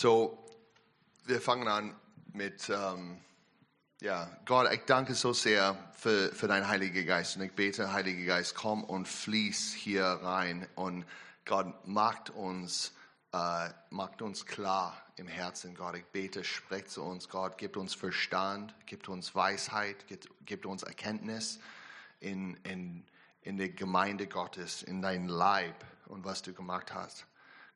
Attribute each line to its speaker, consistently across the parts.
Speaker 1: So, wir fangen an mit, ähm, ja, Gott, ich danke so sehr für, für deinen Heiligen Geist und ich bete, Heiliger Geist, komm und fließ hier rein und Gott macht uns, äh, macht uns klar im Herzen, Gott. Ich bete, sprech zu uns, Gott, gibt uns Verstand, gibt uns Weisheit, gibt, gibt uns Erkenntnis in, in, in der Gemeinde Gottes, in dein Leib und was du gemacht hast.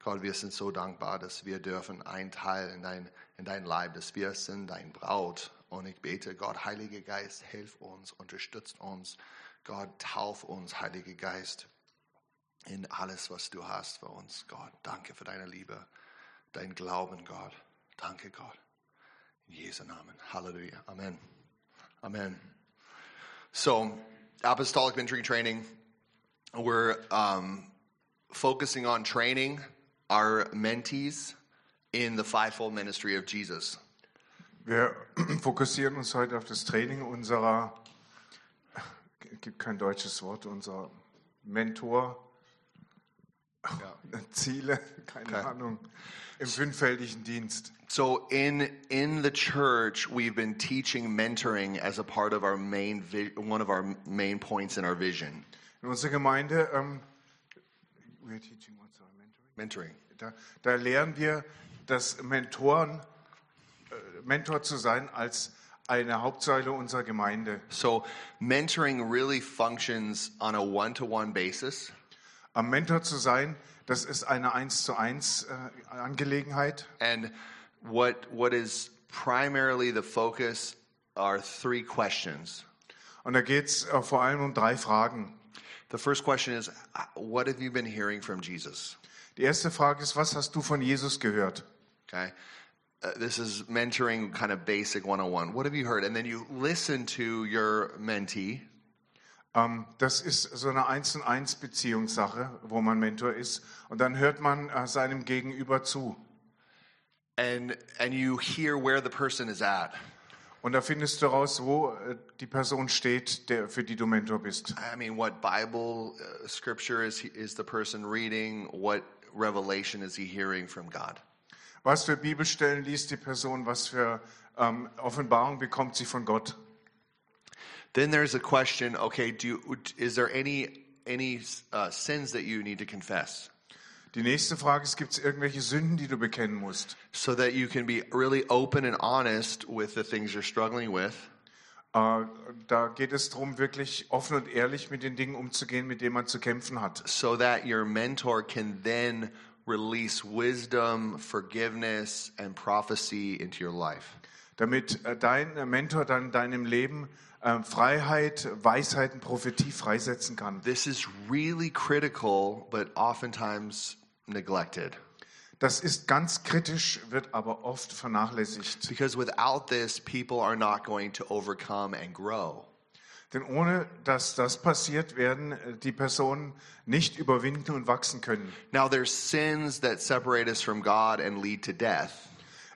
Speaker 1: Gott, wir sind so dankbar, dass wir dürfen ein Teil in dein, in dein Leib, dass wir sind dein Braut. Und ich bete, Gott, Heiliger Geist, hilf uns, unterstützt uns. Gott, tauf uns, Heiliger Geist, in alles, was du hast für uns, Gott. Danke für deine Liebe, dein Glauben, Gott. Danke, Gott. In Jesu Namen. Halleluja. Amen. Amen. So, Apostolic Mentoring Training, we're um, focusing on training our mentees in the fivefold ministry of Jesus.
Speaker 2: Wir fokussieren uns heute auf das Training unserer, es gibt kein deutsches Wort, unserer Mentor, Ziele, keine Ahnung, im fünffältigen Dienst.
Speaker 1: So in in the church, we've been teaching mentoring as a part of our main vi- one of our main points in our vision.
Speaker 2: In unserer Gemeinde, ähm, we are teaching what's our mentoring.
Speaker 1: Mentoring.
Speaker 2: Da, da lernen wir, dass Mentoren, äh, Mentor zu sein als eine Hauptsäule unserer Gemeinde.
Speaker 1: So mentoring really functions on a one-to-one basis.
Speaker 2: Am Mentor zu sein, das ist eine eins zu eins äh, Angelegenheit.
Speaker 1: And what what is primarily the focus are three questions.
Speaker 2: Und da geht es äh, vor allem um drei Fragen.
Speaker 1: The first question is, uh, what have you been hearing from Jesus?
Speaker 2: Die erste Frage ist, was hast du von Jesus gehört?
Speaker 1: Okay. Uh, this is mentoring kind of basic 101. What have you heard? And then you listen to your mentee
Speaker 2: Ähm, das ist so eine eins und eins Beziehungssache, wo man Mentor ist. Und dann hört man äh, seinem Gegenüber zu.
Speaker 1: and and you hear where the person is at.
Speaker 2: Und da findest du raus, wo äh, die Person steht, der, für die du Mentor bist.
Speaker 1: I mean, what Bible uh, scripture is he, is the person reading? What revelation is he hearing from God?
Speaker 2: Was für Bibelstellen liest die Person? Was für ähm, Offenbarung bekommt sie von Gott?
Speaker 1: Then there's a question, okay, do you, is there any any uh, sins that you need to confess
Speaker 2: Die nächste Frage ist, gibt es irgendwelche Sünden, die du bekennen musst?
Speaker 1: so that you can be really open and honest with the things you're struggling with?
Speaker 2: Äh, da geht es darum, wirklich offen und ehrlich mit den Dingen umzugehen, mit denen man zu kämpfen hat.
Speaker 1: so that your mentor can then release wisdom, forgiveness, and prophecy into your life.
Speaker 2: damit äh, dein äh, Mentor dann in deinem Leben äh, Freiheit, Weisheit und Prophetie freisetzen kann.
Speaker 1: This is really critical, but oftentimes neglected.
Speaker 2: Das ist ganz kritisch, wird aber oft vernachlässigt.
Speaker 1: Because without this, people are not going to overcome and grow.
Speaker 2: Denn ohne dass das passiert, werden äh, die Personen nicht überwinden und wachsen können.
Speaker 1: Now, there's sins that separate us from God and lead to death.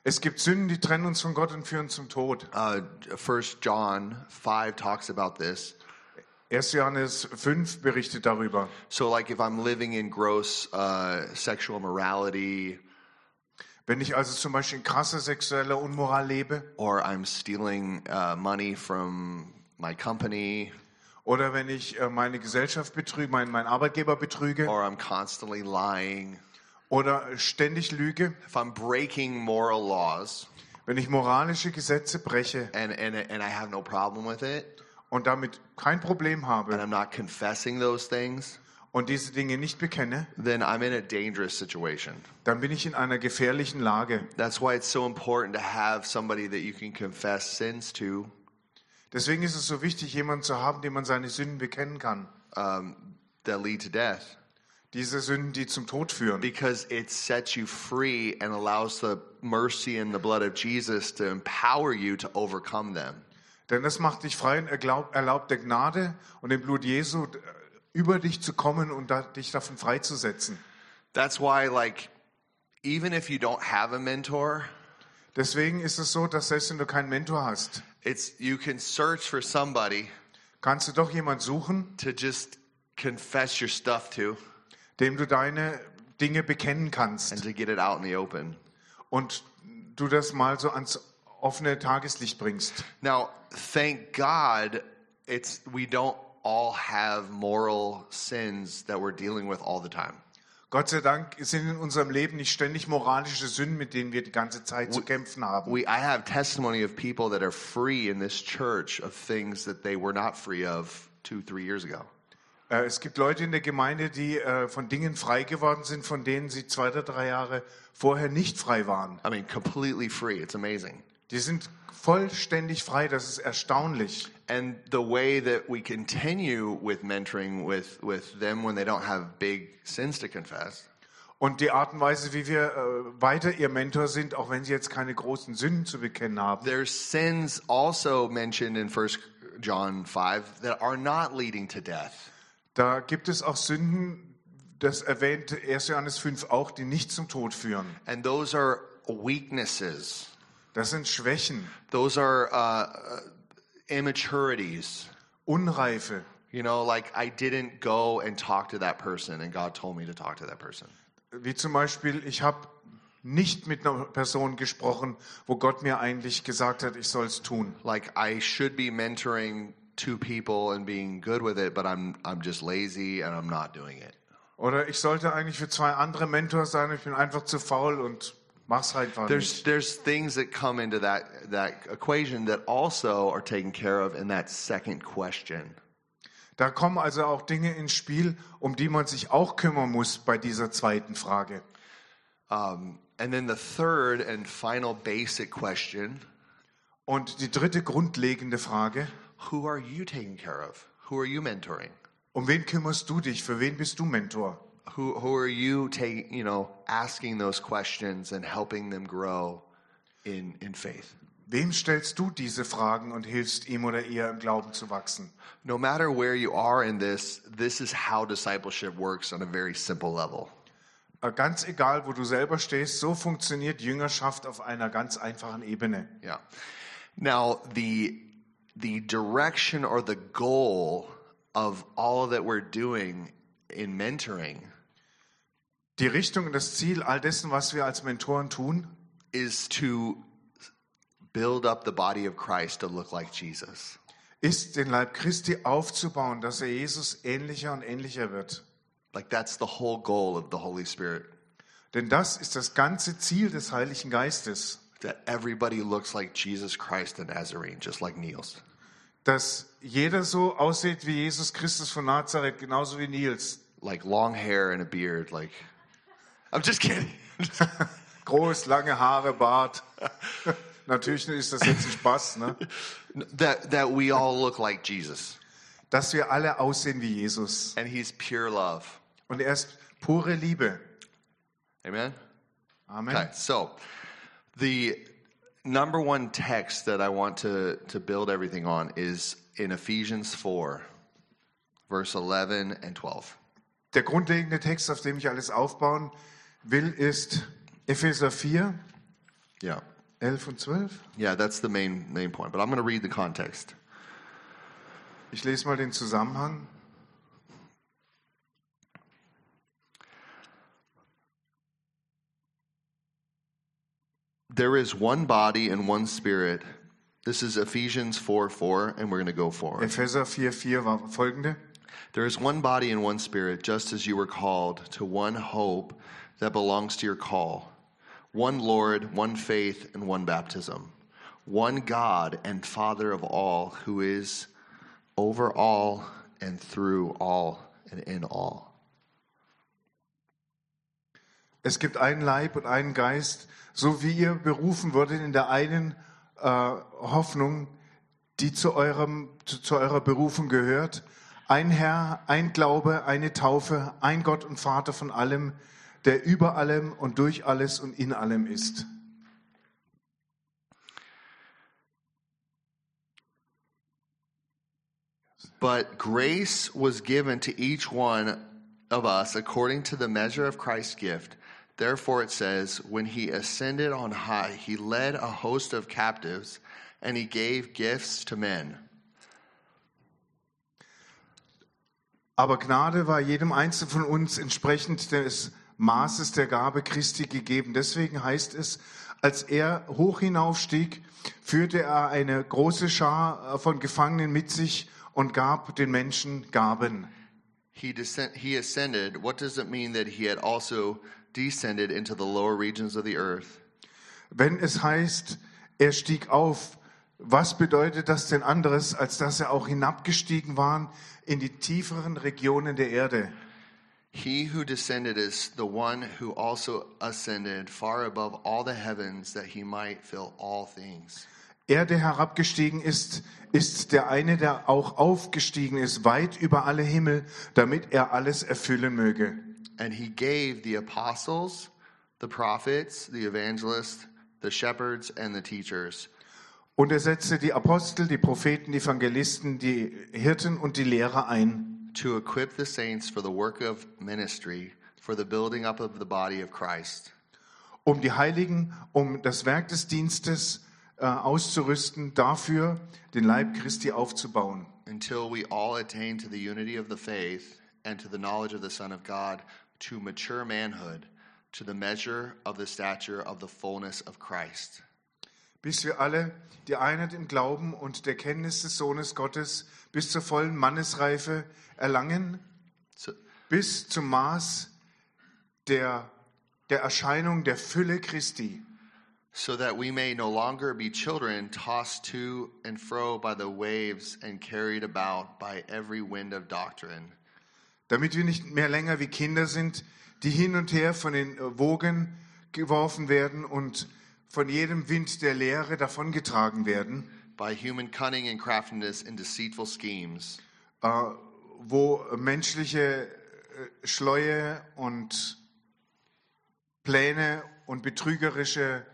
Speaker 2: Es gibt Sünden, die trennen uns von Gott und führen zum Tod.
Speaker 1: Uh, 1 John 5 talks about this.
Speaker 2: 1. Johannes 5 berichtet darüber.
Speaker 1: So, like if I'm living in gross uh, sexual morality,
Speaker 2: Wenn ich also zum Beispiel in krasser sexueller Unmoral lebe
Speaker 1: or I'm stealing uh, money from my company,
Speaker 2: oder wenn ich äh, meine Gesellschaft betrüge, meinen, meinen Arbeitgeber betrüge
Speaker 1: or I'm constantly lying,
Speaker 2: oder ständig lüge,
Speaker 1: if I'm breaking moral laws
Speaker 2: Wenn ich moralische Gesetze breche
Speaker 1: and, and, and I have no problem with it,
Speaker 2: und damit kein Problem
Speaker 1: and
Speaker 2: habe
Speaker 1: I'm not confessing those things,
Speaker 2: und diese Dinge nicht bekenne,
Speaker 1: then I'm in a dangerous situation.
Speaker 2: dann bin ich in einer gefährlichen Lage.
Speaker 1: That's why it's so important to have somebody that you can confess sins to
Speaker 2: Deswegen ist es so wichtig, jemanden zu haben, dem man seine Sünden bekennen kann.
Speaker 1: um, that lead to death
Speaker 2: Diese Sünden, die zum Tod führen.
Speaker 1: because it sets you free and allows the mercy and the blood of Jesus to empower you to overcome them.
Speaker 2: Denn das macht dich frei und erlaub- erlaubt der Gnade und dem Blut Jesu äh, über dich zu kommen und da, dich davon freizusetzen.
Speaker 1: That's why, like, even if you don't have a mentor,
Speaker 2: Deswegen ist es so, dass selbst wenn du keinen Mentor hast,
Speaker 1: it's you can search for somebody
Speaker 2: kannst du doch jemanden suchen,
Speaker 1: to just confess your stuff to
Speaker 2: dem du deine Dinge bekennen kannst.
Speaker 1: and to get it out in the open.
Speaker 2: und du das mal so ans offene Tageslicht bringst.
Speaker 1: Now, thank God, it's we don't all have moral sins that we're dealing with all the time.
Speaker 2: Gott sei Dank sind in unserem Leben nicht ständig moralische Sünden, mit denen wir die ganze Zeit zu kämpfen haben.
Speaker 1: We I have testimony of people that are free in this church of things that they were not free of 2 3 years ago.
Speaker 2: Äh, Es gibt Leute in der Gemeinde, die äh, von Dingen frei geworden sind, von denen sie zwei oder drei Jahre vorher nicht frei waren.
Speaker 1: I mean, completely free. It's amazing.
Speaker 2: Die sind vollständig frei, das ist erstaunlich.
Speaker 1: And the way that we continue with mentoring with with them when they don't have big sins to confess
Speaker 2: Und die Art und Weise, wie wir äh, weiter ihr Mentor sind, auch wenn sie jetzt keine großen Sünden zu bekennen haben,
Speaker 1: there's sins also mentioned in 1 John 5 that are not leading to death.
Speaker 2: da gibt es auch Sünden, das erwähnte 1. Johannes 5 auch, die nicht zum Tod führen.
Speaker 1: And those are weaknesses.
Speaker 2: Das sind Schwächen,
Speaker 1: Those are uh, uh, immaturities.
Speaker 2: Unreife.
Speaker 1: You know, like I didn't go and talk to that person and God told me to talk to that person.
Speaker 2: Wie zum Beispiel, ich habe nicht mit einer Person gesprochen, wo Gott mir eigentlich gesagt hat, ich soll es tun.
Speaker 1: Like I should be mentoring two people and being good with it, but I'm I'm just lazy and I'm not doing it.
Speaker 2: Oder ich sollte eigentlich für zwei andere Mentor sein, ich bin einfach zu faul und mach's halt einfach
Speaker 1: There's
Speaker 2: nicht.
Speaker 1: there's things that come into that that equation that also are taken care of in that second question.
Speaker 2: Da kommen also auch Dinge ins Spiel, um die man sich auch kümmern muss bei dieser zweiten Frage.
Speaker 1: Um, and then the third and final basic question:
Speaker 2: Und die dritte grundlegende Frage,
Speaker 1: Who are you taking care of? Who are you mentoring?
Speaker 2: um wen kümmerst du dich? Für wen bist du Mentor?
Speaker 1: who who are you taking you know asking those questions and helping them grow in in faith
Speaker 2: Wem stellst du diese Fragen und hilfst ihm oder ihr im Glauben zu wachsen?
Speaker 1: no matter where you are in this this is how discipleship works on a very simple level
Speaker 2: Äh, Ganz egal, wo du selber stehst, so funktioniert Jüngerschaft auf einer ganz einfachen Ebene.
Speaker 1: yeah now the the direction or the goal of all that we're doing in mentoring
Speaker 2: Die Richtung und das Ziel all dessen, was wir als Mentoren tun,
Speaker 1: is to build up the body of Christ to look like Jesus
Speaker 2: ist, den Leib Christi aufzubauen, dass er Jesus ähnlicher und ähnlicher wird.
Speaker 1: like that's the whole goal of the holy spirit
Speaker 2: Denn das ist das ganze Ziel des Heiligen Geistes,
Speaker 1: that everybody looks like Jesus Christ the Nazarene, just like Niels.
Speaker 2: dass jeder so aussieht wie Jesus Christus von Nazareth, genauso wie Nils.
Speaker 1: Like long hair and a beard, like I'm just kidding.
Speaker 2: Groß, lange Haare, Bart. Natürlich ist das jetzt ein Spaß, ne?
Speaker 1: that that we all look like Jesus.
Speaker 2: dass wir alle aussehen wie Jesus.
Speaker 1: And he's pure love.
Speaker 2: Und er ist pure Liebe.
Speaker 1: Amen?
Speaker 2: Amen.
Speaker 1: Okay, so the number one text that I want to, to build everything on is in Ephesians four, verse eleven and twelve.
Speaker 2: Der grundlegende Text, auf dem ich alles aufbauen will, ist Epheser 4,
Speaker 1: Yeah.
Speaker 2: 11 und 12.
Speaker 1: Yeah, that's the main main point. But I'm gonna read the context.
Speaker 2: Ich lese mal den Zusammenhang.
Speaker 1: There is one body and one spirit. This is Ephesians 4 4, and we're going to go forward.
Speaker 2: Epheser 4, 4 war folgende.
Speaker 1: There is one body and one spirit, just as you were called to one hope that belongs to your call one Lord, one faith, and one baptism, one God and Father of all, who is over all and through all and in all.
Speaker 2: Es gibt einen Leib und einen Geist, so wie ihr berufen wurdet in der einen äh, Hoffnung, die zu, eurem, zu, zu eurer Berufung gehört. Ein Herr, ein Glaube, eine Taufe, ein Gott und Vater von allem, der über allem und durch alles und in allem ist.
Speaker 1: But grace was given to each one of us according to the measure of Christ's gift. Therefore, it says, When he ascended on high, he led a host of captives, and he gave gifts to men.
Speaker 2: Aber Gnade war jedem Einzelnen von uns entsprechend des Maßes der Gabe Christi gegeben. Deswegen heißt es, als er hoch hinaufstieg, führte er eine große Schar äh, von Gefangenen mit sich und gab den Menschen Gaben.
Speaker 1: He, descend, he ascended. What does it mean that he had also descended into the lower regions of the earth?
Speaker 2: Wenn es heißt, er stieg auf, was bedeutet das denn anderes, als dass er auch hinabgestiegen war in die tieferen Regionen der Erde?
Speaker 1: He who descended is the one who also ascended far above all the heavens that he might fill all things.
Speaker 2: Er, der herabgestiegen ist, ist der eine, der auch aufgestiegen ist, weit über alle Himmel, damit er alles erfüllen möge.
Speaker 1: And he gave the apostles, the prophets, the evangelists, the shepherds, and the teachers
Speaker 2: Und er setzte die Apostel, die Propheten, die Evangelisten, die Hirten und die Lehrer ein,
Speaker 1: to equip the saints for the work of ministry, for the building up of the body of Christ.
Speaker 2: um die Heiligen, um das Werk des Dienstes äh, auszurüsten, dafür den Leib Christi aufzubauen.
Speaker 1: until we all attain to the unity of the faith and to the knowledge of the Son of God, to mature manhood, to the measure of the stature of the fullness of Christ.
Speaker 2: bis wir alle die Einheit im Glauben und der Kenntnis des Sohnes Gottes bis zur vollen Mannesreife erlangen,
Speaker 1: So,
Speaker 2: bis zum Maß der, der Erscheinung der Fülle Christi,
Speaker 1: so that we may no longer be children tossed to and fro by the waves and carried about by every wind of doctrine,
Speaker 2: damit wir nicht mehr länger wie Kinder sind, die hin und her von den äh, Wogen geworfen werden und von jedem Wind der Lehre davongetragen werden,
Speaker 1: by human cunning and craftiness and deceitful schemes.
Speaker 2: äh, wo menschliche äh, Schleue und Pläne und betrügerische,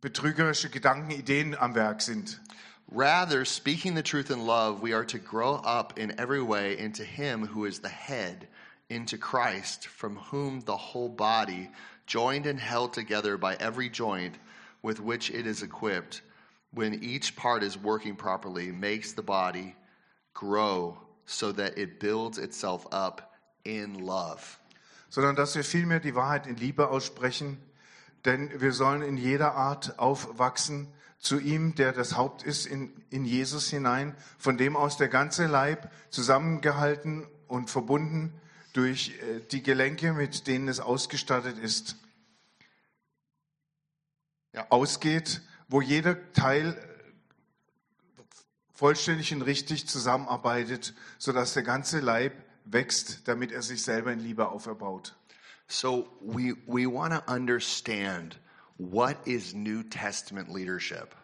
Speaker 2: betrügerische Gedanken, Ideen am Werk sind.
Speaker 1: Rather, speaking the truth in love, we are to grow up in every way into Him who is the head, into Christ, from whom the whole body, joined and held together by every joint with which it is equipped, when each part is working properly, makes the body grow so that it builds itself up in love.
Speaker 2: sondern dass wir vielmehr die Wahrheit in Liebe aussprechen, denn wir sollen in jeder Art aufwachsen zu ihm, der das Haupt ist, in, in Jesus hinein, von dem aus der ganze Leib zusammengehalten und verbunden durch äh, die Gelenke, mit denen es ausgestattet ist,
Speaker 1: Ja.
Speaker 2: ausgeht, wo jeder Teil äh, vollständig und richtig zusammenarbeitet, sodass der ganze Leib wächst, damit er sich selber in Liebe auferbaut.
Speaker 1: So we, we want to understand what is New Testament leadership.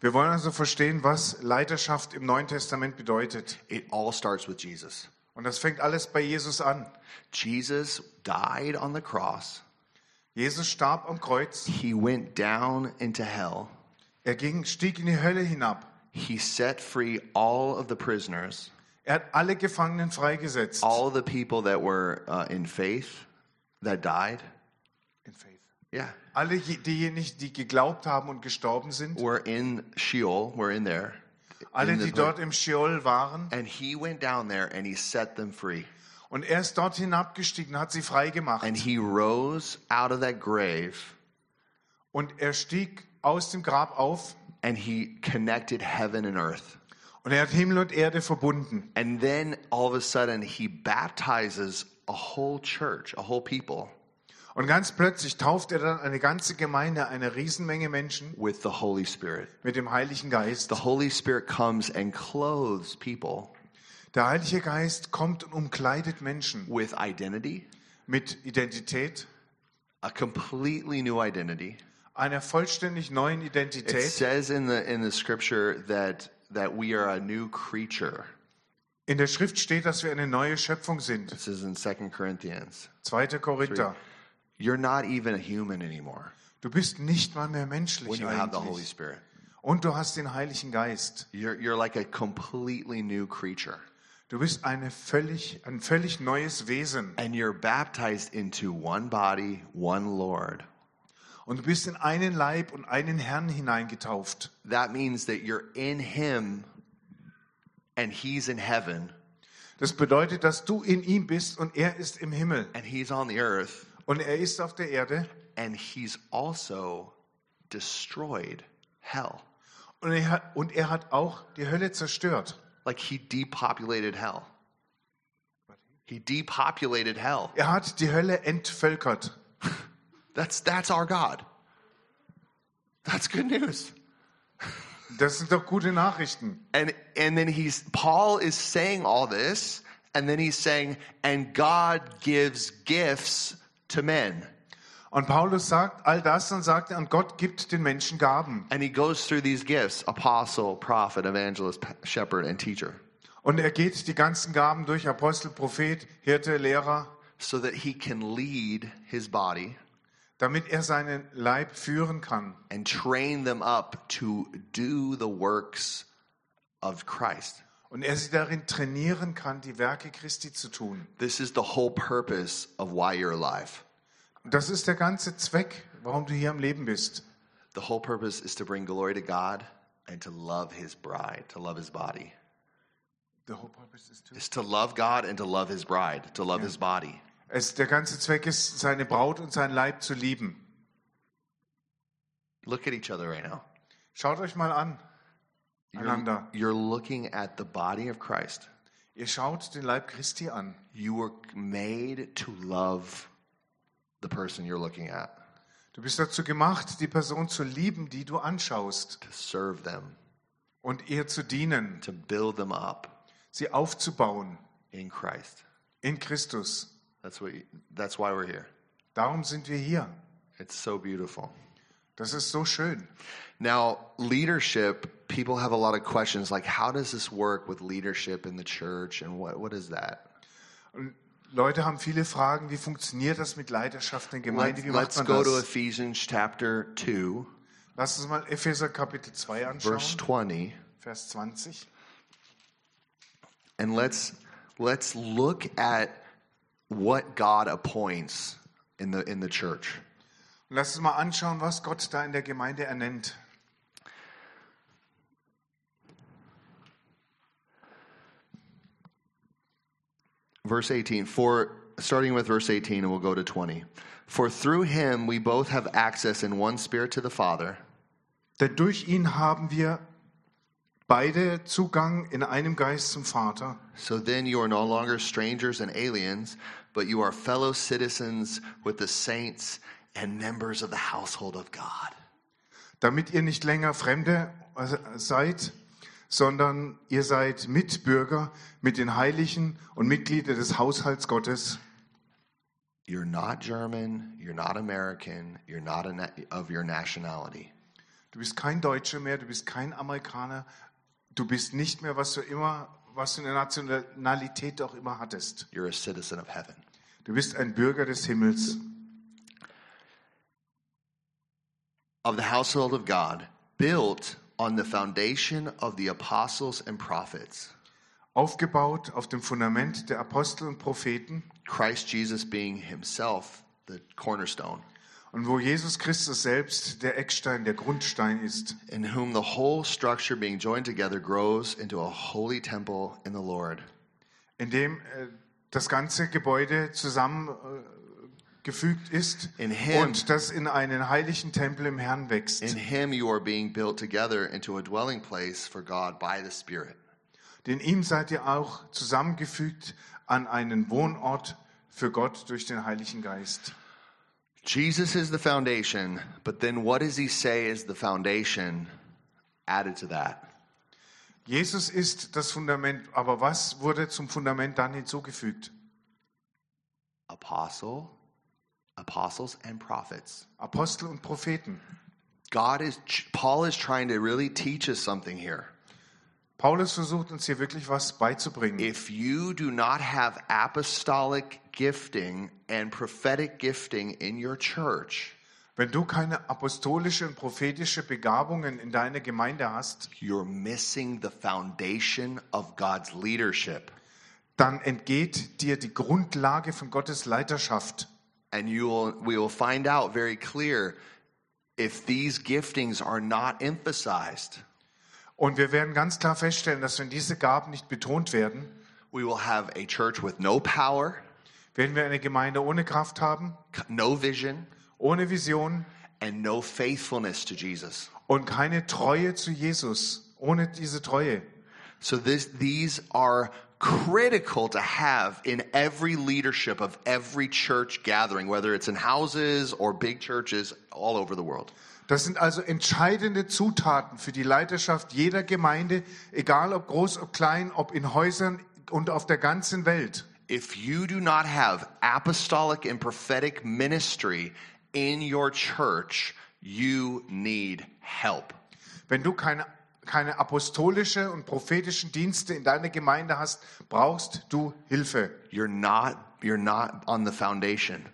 Speaker 2: Wir wollen also verstehen, was Leiterschaft im Neuen Testament bedeutet.
Speaker 1: It all starts with Jesus.
Speaker 2: Und das fängt alles bei Jesus an.
Speaker 1: Jesus died on the cross.
Speaker 2: Jesus starb am Kreuz.
Speaker 1: He went down into hell.
Speaker 2: Er ging, stieg in die Hölle hinab.
Speaker 1: He set free all of the prisoners,
Speaker 2: Er hat alle Gefangenen freigesetzt.
Speaker 1: all the people that were uh, in faith that died.
Speaker 2: In faith.
Speaker 1: Yeah.
Speaker 2: Alle je- diejenigen, die geglaubt haben und gestorben sind.
Speaker 1: Were in Sheol, were in there.
Speaker 2: Alle,
Speaker 1: Oh, in the-
Speaker 2: die dort im Sheol waren.
Speaker 1: and he went down there and he set them free.
Speaker 2: Und er ist dort hinabgestiegen, hat sie freigemacht.
Speaker 1: And he rose out of that grave
Speaker 2: Und er stieg aus dem Grab auf.
Speaker 1: and he connected heaven and earth.
Speaker 2: Und er hat Himmel und Erde verbunden.
Speaker 1: And then all of a sudden he baptizes a whole church, a whole people
Speaker 2: Und ganz plötzlich tauft er dann eine ganze Gemeinde, eine Riesenmenge Menschen
Speaker 1: with the Holy Spirit.
Speaker 2: mit dem Heiligen Geist.
Speaker 1: The Holy Spirit comes and clothes people
Speaker 2: Der Heilige Geist kommt und umkleidet Menschen
Speaker 1: with identity,
Speaker 2: mit Identität,
Speaker 1: a completely new identity.
Speaker 2: einer vollständig neuen
Speaker 1: It
Speaker 2: Identität.
Speaker 1: says in the in the scripture that that we are a new creature.
Speaker 2: In der Schrift steht, dass wir eine neue Schöpfung sind.
Speaker 1: This is in 2 Corinthians.
Speaker 2: 2. Korinther.
Speaker 1: You're not even a human anymore
Speaker 2: Du bist nicht mal mehr
Speaker 1: when
Speaker 2: menschlich
Speaker 1: you have the Holy
Speaker 2: eigentlich.
Speaker 1: Spirit.
Speaker 2: Und du hast den Heiligen Geist.
Speaker 1: You're you're like a completely new creature.
Speaker 2: Du bist eine völlig, ein völlig neues Wesen.
Speaker 1: And you're baptized into one body, one Lord.
Speaker 2: Und du bist in einen Leib und einen Herrn hineingetauft.
Speaker 1: That means that you're in him and he's in heaven
Speaker 2: Das bedeutet, dass du in ihm bist und er ist im Himmel
Speaker 1: and he's on the earth,
Speaker 2: und er ist auf der Erde
Speaker 1: and he's also destroyed hell.
Speaker 2: und er hat, und er hat auch die Hölle zerstört.
Speaker 1: Like he depopulated hell. He depopulated hell.
Speaker 2: Er hat die Hölle entvölkert.
Speaker 1: That's that's our God. That's good news.
Speaker 2: Das sind doch gute Nachrichten.
Speaker 1: And and then he's Paul is saying all this and then he's saying and God gives gifts to men.
Speaker 2: Und Paulus sagt all das und sagt, und Gott gibt den Menschen Gaben.
Speaker 1: And he goes through these gifts, apostle, prophet, evangelist, pa- shepherd and teacher
Speaker 2: Und er geht die ganzen Gaben durch, Apostel, Prophet, Hirte, Lehrer,
Speaker 1: so that he can lead his body
Speaker 2: damit er seinen Leib führen kann
Speaker 1: and train them up to do the works of Christ.
Speaker 2: und er sie darin trainieren kann, die Werke Christi zu tun.
Speaker 1: This is the whole purpose of why you're alive.
Speaker 2: Und Das ist der ganze Zweck, warum du hier am Leben bist.
Speaker 1: The whole purpose is to bring glory to God and to love his bride, to love his body. It's to love God and to love his bride, to love his body.
Speaker 2: Es, der ganze Zweck ist, seine Braut und seinen Leib zu lieben.
Speaker 1: Look at each other right now.
Speaker 2: Schaut euch mal an,
Speaker 1: You're,
Speaker 2: einander.
Speaker 1: you're looking at the body of Christ.
Speaker 2: Ihr schaut den Leib Christi an.
Speaker 1: You were made to love the person you're looking at,
Speaker 2: Du bist dazu gemacht, die Person zu lieben, die du anschaust
Speaker 1: to serve them,
Speaker 2: und ihr zu dienen,
Speaker 1: to build them up
Speaker 2: sie aufzubauen
Speaker 1: in Christ.
Speaker 2: in Christus.
Speaker 1: That's what. You, that's why we're here.
Speaker 2: Darum sind wir hier.
Speaker 1: It's so beautiful.
Speaker 2: Das ist so schön.
Speaker 1: Now, leadership, people have a lot of questions like how does this work with leadership in the church and what, what is that?
Speaker 2: Leute haben viele Fragen, wie funktioniert das mit Leidenschaft in der Gemeinde?
Speaker 1: Let's,
Speaker 2: Wie macht
Speaker 1: let's
Speaker 2: man
Speaker 1: go to
Speaker 2: das?
Speaker 1: Ephesians chapter 2,
Speaker 2: Lass uns mal Epheser Kapitel 2 anschauen,
Speaker 1: verse 20,
Speaker 2: Vers 20.
Speaker 1: and let's let's look at what God appoints in the in the church.
Speaker 2: Und lass uns mal anschauen, was Gott da in der Gemeinde ernennt.
Speaker 1: verse 18 for starting with verse 18 and we'll go to 20 for through him we both have access in one spirit to the father
Speaker 2: Denn durch ihn haben wir beide Zugang in einem Geist zum Vater.
Speaker 1: so then you are no longer strangers and aliens but you are fellow citizens with the saints and members of the household of god
Speaker 2: damit ihr nicht länger Fremde äh, seid, sondern ihr seid Mitbürger mit den Heiligen und Mitglieder des Haushalts Gottes.
Speaker 1: you're not german you're not american you're not a na- of your nationality
Speaker 2: Du bist kein Deutscher mehr, du bist kein Amerikaner, du bist nicht mehr, was du immer, was du in der Nationalität auch immer hattest.
Speaker 1: you're a citizen of heaven
Speaker 2: Du bist ein Bürger des Himmels,
Speaker 1: of the household of god built on the foundation of the apostles and prophets
Speaker 2: aufgebaut auf dem Fundament der Apostel und Propheten
Speaker 1: Christ Jesus being himself the cornerstone,
Speaker 2: und wo Jesus Christus selbst der Eckstein, der Grundstein ist.
Speaker 1: in whom the whole structure being joined together grows into a holy temple in the Lord.
Speaker 2: in dem äh, das ganze Gebäude zusammengefügt äh, gefügt ist
Speaker 1: In him.
Speaker 2: und das in einen heiligen Tempel im Herrn wächst.
Speaker 1: In him you are being built together into a dwelling place for God by the Spirit.
Speaker 2: Denn ihm seid ihr auch zusammengefügt an einen Wohnort für Gott durch den Heiligen Geist.
Speaker 1: Jesus is the foundation, but then what does he say is the foundation added to that?
Speaker 2: Jesus ist das Fundament, aber was wurde zum Fundament dann hinzugefügt?
Speaker 1: Apostle, apostles and prophets.
Speaker 2: Apostel und Propheten.
Speaker 1: God is Paul is trying to really teach us something here.
Speaker 2: Paulus versucht uns hier wirklich was beizubringen.
Speaker 1: If you do not have apostolic gifting and prophetic gifting in your church,
Speaker 2: Wenn du keine apostolische und prophetische Begabungen in deiner Gemeinde hast,
Speaker 1: you're missing the foundation of God's leadership
Speaker 2: dann entgeht dir die Grundlage von Gottes Leiterschaft.
Speaker 1: and you will we will find out very clear if these giftings are not emphasized,
Speaker 2: Und wir werden ganz klar feststellen, dass wenn diese Gaben nicht betont werden,
Speaker 1: we will have a church with no power,
Speaker 2: Werden wir eine Gemeinde ohne Kraft haben,
Speaker 1: c- no vision,
Speaker 2: ohne Vision
Speaker 1: and no faithfulness to Jesus.
Speaker 2: und keine Treue zu Jesus, ohne diese Treue.
Speaker 1: So this, these are critical to have in every leadership of every church gathering, whether it's in houses or big churches all over the world.
Speaker 2: Das sind also entscheidende Zutaten für die Leiterschaft jeder Gemeinde, egal ob groß, ob klein, ob in Häusern und auf der ganzen Welt.
Speaker 1: If you do not have apostolic and prophetic ministry in your church, you need help.
Speaker 2: Wenn du keine, keine apostolische und prophetischen Dienste in deiner Gemeinde hast, brauchst du Hilfe.
Speaker 1: You're not, you're not on the foundation,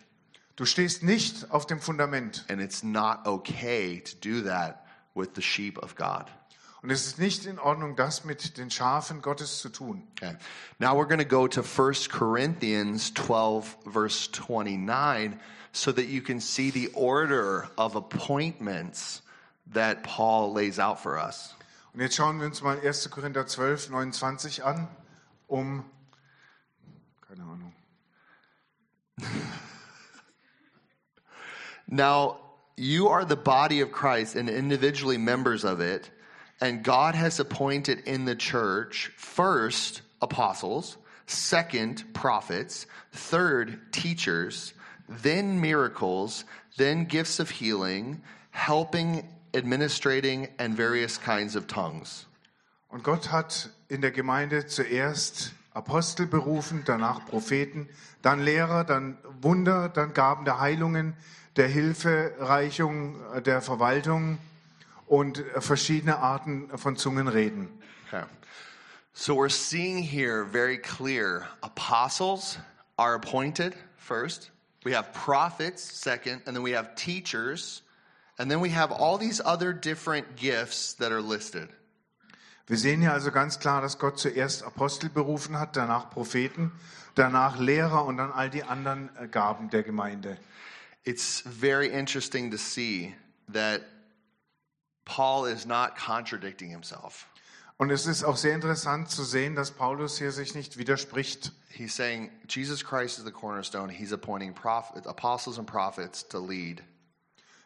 Speaker 2: Du stehst nicht auf dem Fundament.
Speaker 1: and it's not okay to do that with the sheep of God.
Speaker 2: Und es ist nicht in Ordnung, das mit den Schafen Gottes zu tun.
Speaker 1: Okay. Now we're going to go to 1 Corinthians 12, verse 29, so that you can see the order of appointments that Paul lays out for us.
Speaker 2: Und jetzt schauen wir uns mal 1. Korinther 12, 29 an, um, keine Ahnung,
Speaker 1: Now, you are the body of Christ and individually members of it, and God has appointed in the church first apostles, second prophets, third teachers, then miracles, then gifts of healing, helping, administrating, and various kinds of tongues.
Speaker 2: Und Gott hat in der Gemeinde zuerst Apostel berufen, danach Propheten, dann Lehrer, dann Wunder, dann Gaben der Heilungen, der Hilfereichung, äh, der Verwaltung und äh, verschiedene Arten von Zungenreden.
Speaker 1: Okay. So we're seeing here very clear apostles are appointed first. We have prophets second, and then we have teachers, and then we have all these other different gifts that are listed.
Speaker 2: Wir sehen hier also ganz klar, dass Gott zuerst Apostel berufen hat, danach Propheten, danach Lehrer und dann all die anderen äh, Gaben der Gemeinde.
Speaker 1: It's very interesting to see that Paul is not contradicting himself.
Speaker 2: Und es ist auch sehr interessant zu sehen, dass Paulus hier sich nicht widerspricht.
Speaker 1: He's saying Jesus Christ is the cornerstone. He's appointing prophet, apostles and prophets to lead.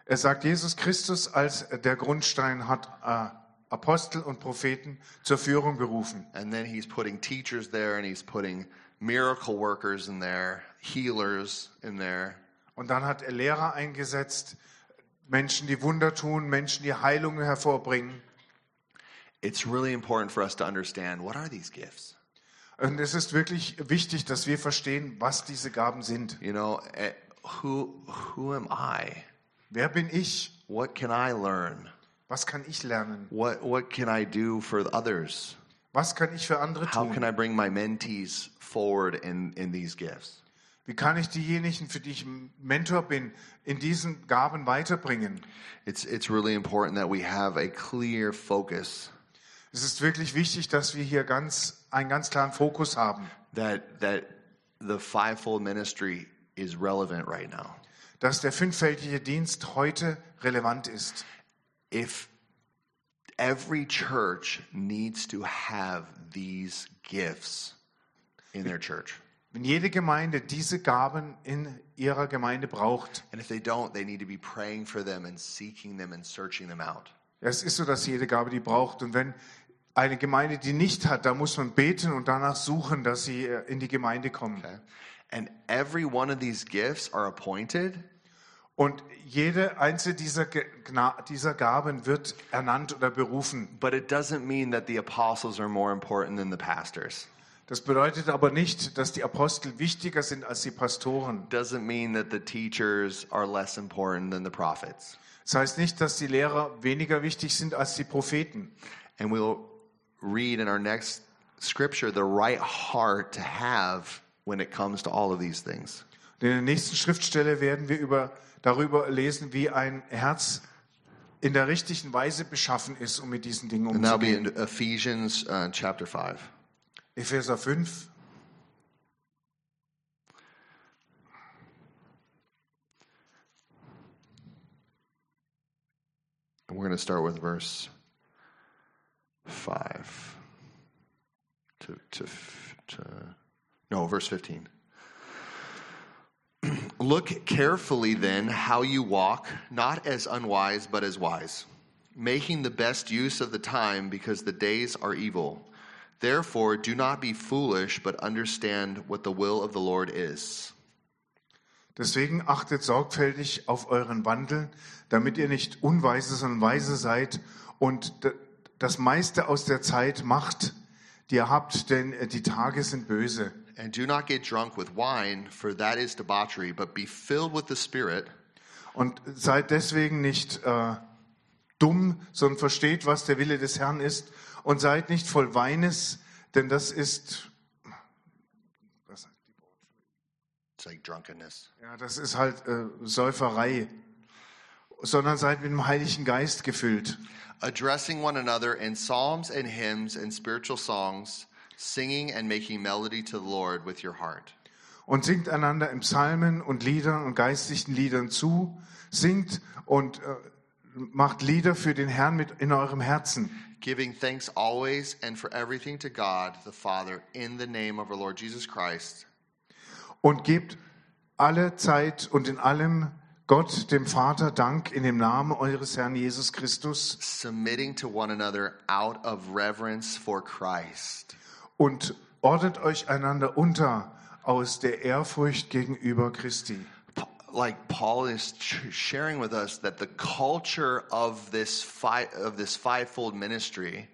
Speaker 2: Er sagt, Jesus Christus als der Grundstein hat äh, Apostel und Propheten zur Führung berufen.
Speaker 1: And then he's putting teachers there and he's putting miracle workers in there, healers in there.
Speaker 2: Und dann hat er Lehrer eingesetzt, Menschen, die Wunder tun, Menschen, die Heilungen hervorbringen.
Speaker 1: It's really important for us to understand what are these gifts?
Speaker 2: Und es ist wirklich wichtig, dass wir verstehen, was diese Gaben sind.
Speaker 1: You know, eh, who who am I?
Speaker 2: Wer bin ich?
Speaker 1: What can I learn?
Speaker 2: Was kann ich lernen?
Speaker 1: What what can I do for the others?
Speaker 2: Was kann ich für andere
Speaker 1: How can
Speaker 2: tun?
Speaker 1: I bring my mentees forward in in these gifts?
Speaker 2: Wie kann ich diejenigen, für die ich Mentor bin, in diesen Gaben weiterbringen?
Speaker 1: It's it's really important that we have a clear focus
Speaker 2: Es ist wirklich wichtig, dass wir hier ganz, einen ganz klaren Fokus haben.
Speaker 1: that that the fivefold ministry is relevant right now.
Speaker 2: dass der fünffältige Dienst heute relevant ist.
Speaker 1: if every church needs to have these gifts in their church
Speaker 2: Wenn jede Gemeinde diese Gaben in ihrer Gemeinde braucht,
Speaker 1: and if they don't they need to be praying for them and seeking them and searching them out
Speaker 2: es ist so, dass jede Gabe die braucht. Und wenn eine Gemeinde die nicht hat, da muss man beten und danach suchen, dass sie äh, in die Gemeinde kommen.
Speaker 1: okay and every one of these gifts are appointed
Speaker 2: Und jede einzelne dieser, Ge- Gna- dieser Gaben wird ernannt oder berufen.
Speaker 1: but it doesn't mean that the apostles are more important than the pastors
Speaker 2: Das bedeutet aber nicht, dass die Apostel wichtiger sind als die Pastoren.
Speaker 1: doesn't mean that the teachers are less important than the prophets
Speaker 2: Das heißt nicht, dass die Lehrer weniger wichtig sind als die Propheten.
Speaker 1: and we'll read in our next scripture the right heart to have when it comes to all of these things
Speaker 2: Und in der nächsten Schriftstelle werden wir über, darüber lesen, wie ein Herz in der richtigen Weise beschaffen ist, um mit diesen Dingen
Speaker 1: And that'll be
Speaker 2: umzugehen.
Speaker 1: in Ephesians uh, chapter 5.
Speaker 2: Epheser 5.
Speaker 1: And we're going to start with verse 5 to, to, f- uh, no, verse 15. Look carefully then how you walk, not as unwise, but as wise, making the best use of the time because the days are evil. Therefore, do not be foolish, but understand what the will of the Lord is.
Speaker 2: Deswegen achtet sorgfältig auf euren Wandel, damit ihr nicht unweise, sondern weise seid und d- das meiste aus der Zeit macht, die ihr habt, denn äh, die Tage sind böse.
Speaker 1: And do not get drunk with wine, for that is debauchery, but be filled with the Spirit,
Speaker 2: Und seid deswegen nicht äh, dumm, sondern versteht, was der Wille des Herrn ist. Und seid nicht voll Weines, denn das ist,
Speaker 1: it's like drunkenness,
Speaker 2: ja, das ist halt äh, Säuferei, sondern seid mit dem Heiligen Geist gefüllt.
Speaker 1: addressing one another in psalms and hymns and spiritual songs, singing and making melody to the Lord with your heart.
Speaker 2: Und singt einander in Psalmen und Liedern und geistlichen Liedern zu, singt und äh, macht Lieder für den Herrn mit in eurem Herzen.
Speaker 1: giving thanks always and for everything to God the Father in the name of our Lord Jesus Christ,
Speaker 2: und gebt alle Zeit und in allem Gott, dem Vater, Dank in dem Namen eures Herrn Jesus Christus
Speaker 1: submitting to one another out of reverence for Christ.
Speaker 2: und ordnet euch einander unter aus der Ehrfurcht gegenüber Christi.
Speaker 1: Pa- Like Paul is tr- sharing with us that the culture of this fi- of this fivefold ministry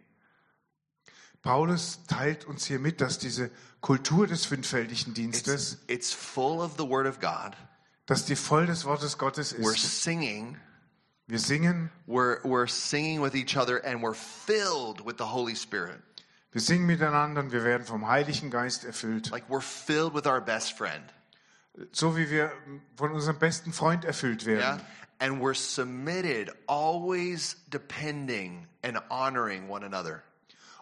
Speaker 2: Paulus teilt uns hier mit, dass diese Kultur des fünffältigen Dienstes,
Speaker 1: it's full of the Word of God.
Speaker 2: dass die voll des Wortes Gottes
Speaker 1: We're
Speaker 2: ist.
Speaker 1: singing.
Speaker 2: Wir singen,
Speaker 1: We're, we're singing with each other and we're filled with the Holy Spirit.
Speaker 2: wir singen miteinander und wir werden vom Heiligen Geist erfüllt.
Speaker 1: Like we're filled with our best friend.
Speaker 2: So wie wir von unserem besten Freund erfüllt
Speaker 1: Yeah.
Speaker 2: werden.
Speaker 1: And we're submitted, always depending and honoring one another.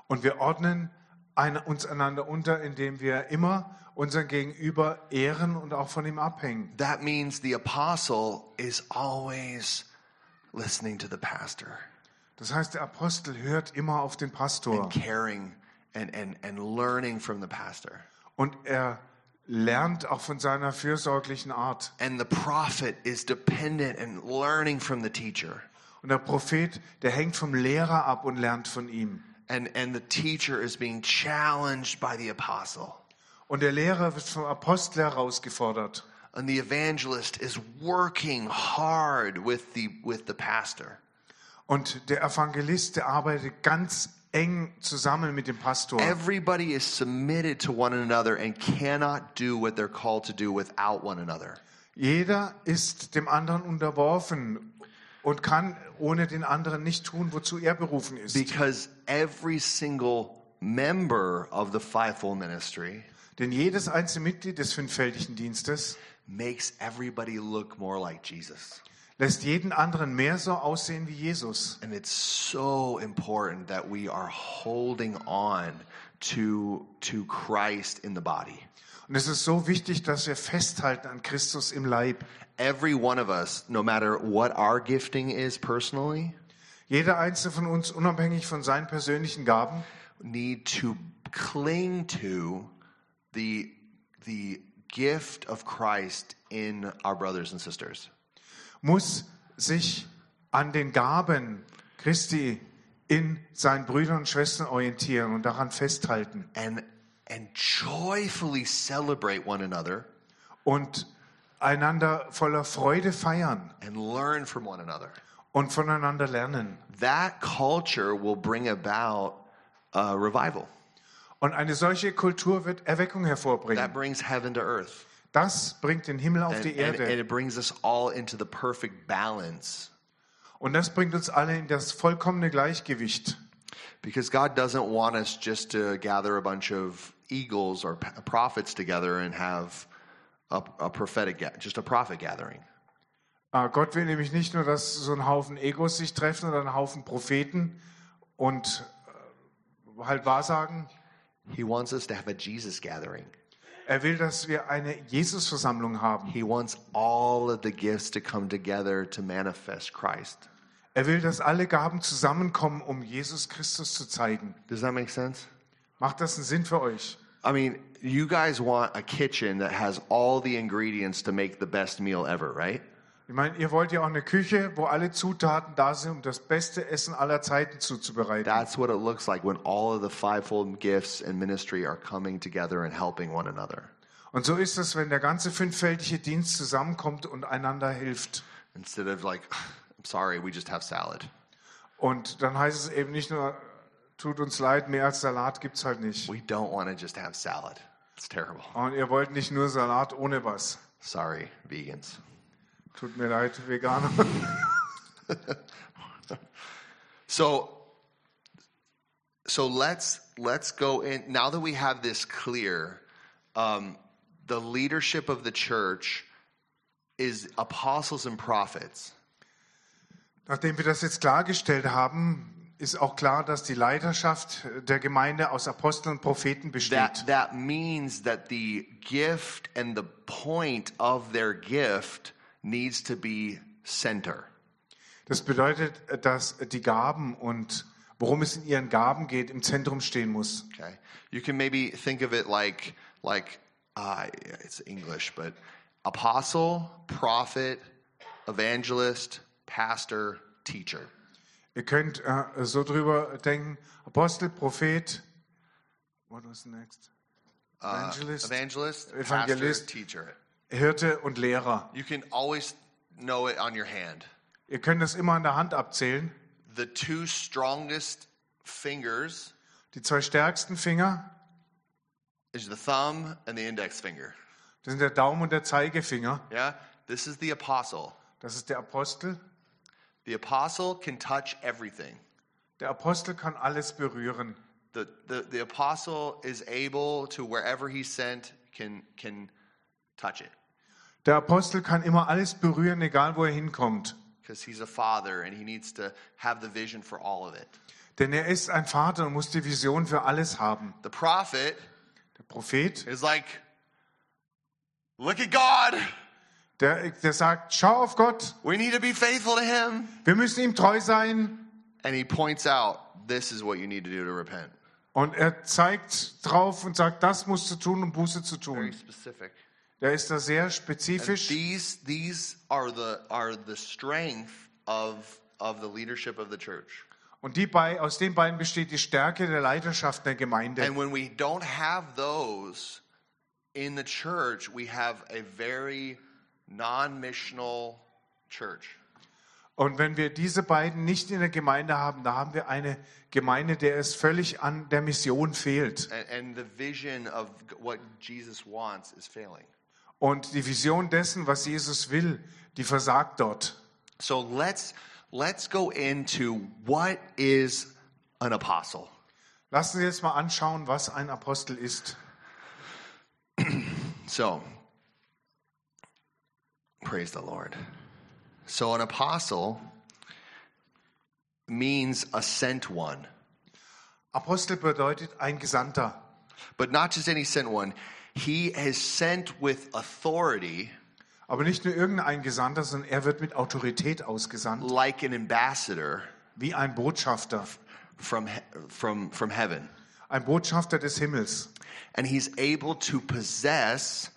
Speaker 2: Und wir ordnen ein, uns einander unter, indem wir immer unseren Gegenüber ehren und auch von ihm abhängen.
Speaker 1: That means the apostle is always listening to the pastor,
Speaker 2: Das heißt, der Apostel hört immer auf den Pastor
Speaker 1: caring and, and, and learning from the pastor.
Speaker 2: und er lernt auch von seiner fürsorglichen Art.
Speaker 1: And the prophet is dependent and learning from the teacher.
Speaker 2: Und der Prophet, der hängt vom Lehrer ab und lernt von ihm.
Speaker 1: And, and the teacher is being challenged by the apostle.
Speaker 2: Und der Lehrer wird vom Apostel herausgefordert.
Speaker 1: And the evangelist is working hard with the, with the pastor.
Speaker 2: Und der Evangelist, der arbeitet ganz eng zusammen mit dem Pastor.
Speaker 1: Everybody is submitted to one another and cannot do what they're called to do without one another.
Speaker 2: Jeder ist dem anderen unterworfen und kann ohne den anderen nicht tun, wozu er berufen ist.
Speaker 1: Because every single member of the fivefold ministry
Speaker 2: Denn jedes einzelne Mitglied des fünffältigen Dienstes
Speaker 1: makes everybody look more like Jesus.
Speaker 2: lässt jeden anderen mehr so aussehen wie Jesus.
Speaker 1: And it's so important that we are holding on to, to Christ in the body.
Speaker 2: Und es ist so wichtig, dass wir festhalten an Christus im Leib.
Speaker 1: Every one of us, no matter what our gifting is personally,
Speaker 2: Jeder einzelne von uns, unabhängig von seinen persönlichen Gaben,
Speaker 1: need to cling to the the gift of Christ in our brothers and sisters.
Speaker 2: muss sich an den Gaben Christi in seinen Brüdern und Schwestern orientieren und daran festhalten.
Speaker 1: And and joyfully celebrate one another
Speaker 2: und einander voller Freude feiern
Speaker 1: and learn from one another.
Speaker 2: und voneinander lernen.
Speaker 1: That culture will bring about uh, revival.
Speaker 2: Und eine solche Kultur wird Erweckung
Speaker 1: That
Speaker 2: hervorbringen.
Speaker 1: brings heaven to earth.
Speaker 2: Das bringt den Himmel auf
Speaker 1: And,
Speaker 2: die
Speaker 1: and, and
Speaker 2: Erde.
Speaker 1: it brings us all into the perfect balance
Speaker 2: Und das bringt uns alle in das vollkommene Gleichgewicht.
Speaker 1: Because God doesn't want us just to gather a bunch of eagles or p- prophets together and have a, a prophetic, ga- just a prophet gathering.
Speaker 2: Ah, Gott will nämlich nicht nur, dass so ein Haufen Egos sich treffen oder ein Haufen Propheten und äh, halt Wahrsagen.
Speaker 1: He wants us to have a Jesus gathering.
Speaker 2: Er will, dass wir eine Jesusversammlung haben.
Speaker 1: He wants all of the gifts to come together to manifest Christ.
Speaker 2: Er will, dass alle Gaben zusammenkommen, um Jesus Christus zu zeigen.
Speaker 1: Does that make sense?
Speaker 2: Macht das einen Sinn für euch?
Speaker 1: I mean, you guys want a kitchen that has all the ingredients to make the best meal ever, right?
Speaker 2: Ich meine, ihr wollt ja auch eine Küche, wo alle Zutaten da sind, um das beste Essen aller Zeiten zuzubereiten.
Speaker 1: That's what it looks like when all of the fivefold gifts and ministry are coming together and helping one another.
Speaker 2: Und so ist es, wenn der ganze fünffältige Dienst zusammenkommt und einander hilft.
Speaker 1: Instead of like, I'm sorry, we just have salad.
Speaker 2: Und dann heißt es eben nicht nur, tut uns leid, mehr als Salat gibt's halt nicht.
Speaker 1: We don't want to just have salad. It's terrible.
Speaker 2: Und ihr wollt nicht nur Salat ohne was.
Speaker 1: Sorry, vegans.
Speaker 2: Tut mir leid, Veganer.
Speaker 1: So so let's let's go in now that we have this clear um, the leadership of the church is apostles and prophets
Speaker 2: Nachdem wir das jetzt klargestellt haben, ist auch klar, dass die Leiterschaft der Gemeinde aus Aposteln und Propheten
Speaker 1: that
Speaker 2: besteht.
Speaker 1: that means that the gift and the point of their gift needs to be center
Speaker 2: Das bedeutet, dass die Gaben und worum es in ihren Gaben geht, im Zentrum stehen muss.
Speaker 1: Okay. You can maybe think of it like like uh, it's English, but apostle, prophet, evangelist, pastor, teacher.
Speaker 2: Ihr könnt äh, so drüber denken, Apostel, Prophet, what was next?
Speaker 1: Uh,
Speaker 2: Evangelist,
Speaker 1: evangelist,
Speaker 2: Evangelist.
Speaker 1: pastor, teacher.
Speaker 2: Hirte und Lehrer.
Speaker 1: You can always know it on your hand.
Speaker 2: Ihr könnt das immer an der Hand abzählen.
Speaker 1: The two strongest fingers
Speaker 2: Die zwei stärksten Finger,
Speaker 1: is the thumb and the index finger.
Speaker 2: das sind der Daumen und der Zeigefinger.
Speaker 1: Yeah, this is the apostle.
Speaker 2: Das ist der Apostel.
Speaker 1: The apostle can touch everything.
Speaker 2: Der Apostel kann alles berühren.
Speaker 1: the, the, the apostle is able to wherever he's sent can can touch it
Speaker 2: Der Apostel kann immer alles berühren, egal wo er hinkommt.
Speaker 1: because he's a father and he needs to have the vision for all of it
Speaker 2: Denn er ist ein Vater und muss die Vision für alles haben.
Speaker 1: the prophet
Speaker 2: Der Prophet,
Speaker 1: is like look at god
Speaker 2: der, der sagt, schau auf Gott,
Speaker 1: we need to be faithful to him
Speaker 2: wir müssen ihm treu sein.
Speaker 1: and he points out this is what you need to do to repent
Speaker 2: Und er zeigt drauf und sagt, das musst du tun, um Buße zu
Speaker 1: very
Speaker 2: tun.
Speaker 1: specific
Speaker 2: Der ist da sehr
Speaker 1: And
Speaker 2: spezifisch.
Speaker 1: these these are the are the strength of of the leadership of the church
Speaker 2: Und die bei, aus den beiden besteht die Stärke der Leiterschaft der Gemeinde.
Speaker 1: And when we don't have those in the church, we have a very non missional church.
Speaker 2: Und wenn wir diese beiden nicht in der Gemeinde haben, da haben wir eine Gemeinde, der es völlig an der Mission fehlt.
Speaker 1: And, and the vision of what Jesus wants is failing.
Speaker 2: Und die Vision dessen, was Jesus will, die versagt dort.
Speaker 1: So let's, let's go into what is an apostle.
Speaker 2: Lassen Sie jetzt mal anschauen, was ein Apostel ist.
Speaker 1: So, praise the Lord. So, an apostle means a sent one.
Speaker 2: Apostel bedeutet ein Gesandter.
Speaker 1: But not just any sent one. He is sent with authority
Speaker 2: Aber nicht nur irgendein Gesandter, sondern er wird mit Autorität ausgesandt,
Speaker 1: like an ambassador
Speaker 2: wie ein Botschafter,
Speaker 1: from, he- from, from heaven.
Speaker 2: ein Botschafter des Himmels.
Speaker 1: And he's able to possess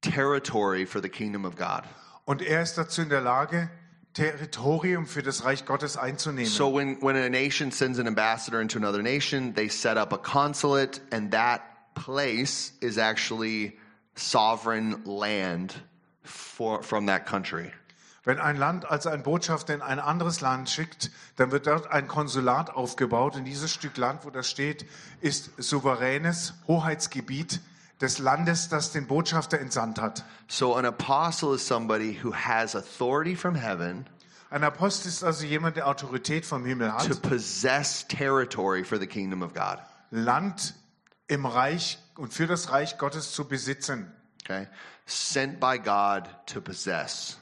Speaker 1: territory for the kingdom of God.
Speaker 2: Und er ist dazu in der Lage, Territorium für das Reich Gottes einzunehmen.
Speaker 1: So when, when a nation sends an ambassador into another nation, they set up a consulate, and that place is actually sovereign land for, from that country.
Speaker 2: Wenn ein Land also einen Botschafter in ein anderes Land schickt, dann wird dort ein Konsulat aufgebaut und dieses Stück Land, wo das steht, ist souveränes Hoheitsgebiet des Landes, das den Botschafter entsandt hat.
Speaker 1: So an apostle is somebody who has authority from heaven.
Speaker 2: Ein Apostel ist also jemand, der Autorität vom Himmel
Speaker 1: to
Speaker 2: hat,
Speaker 1: possess territory for the kingdom of God.
Speaker 2: Land im Reich und für das Reich Gottes zu besitzen.
Speaker 1: Okay? Sent by God to possess.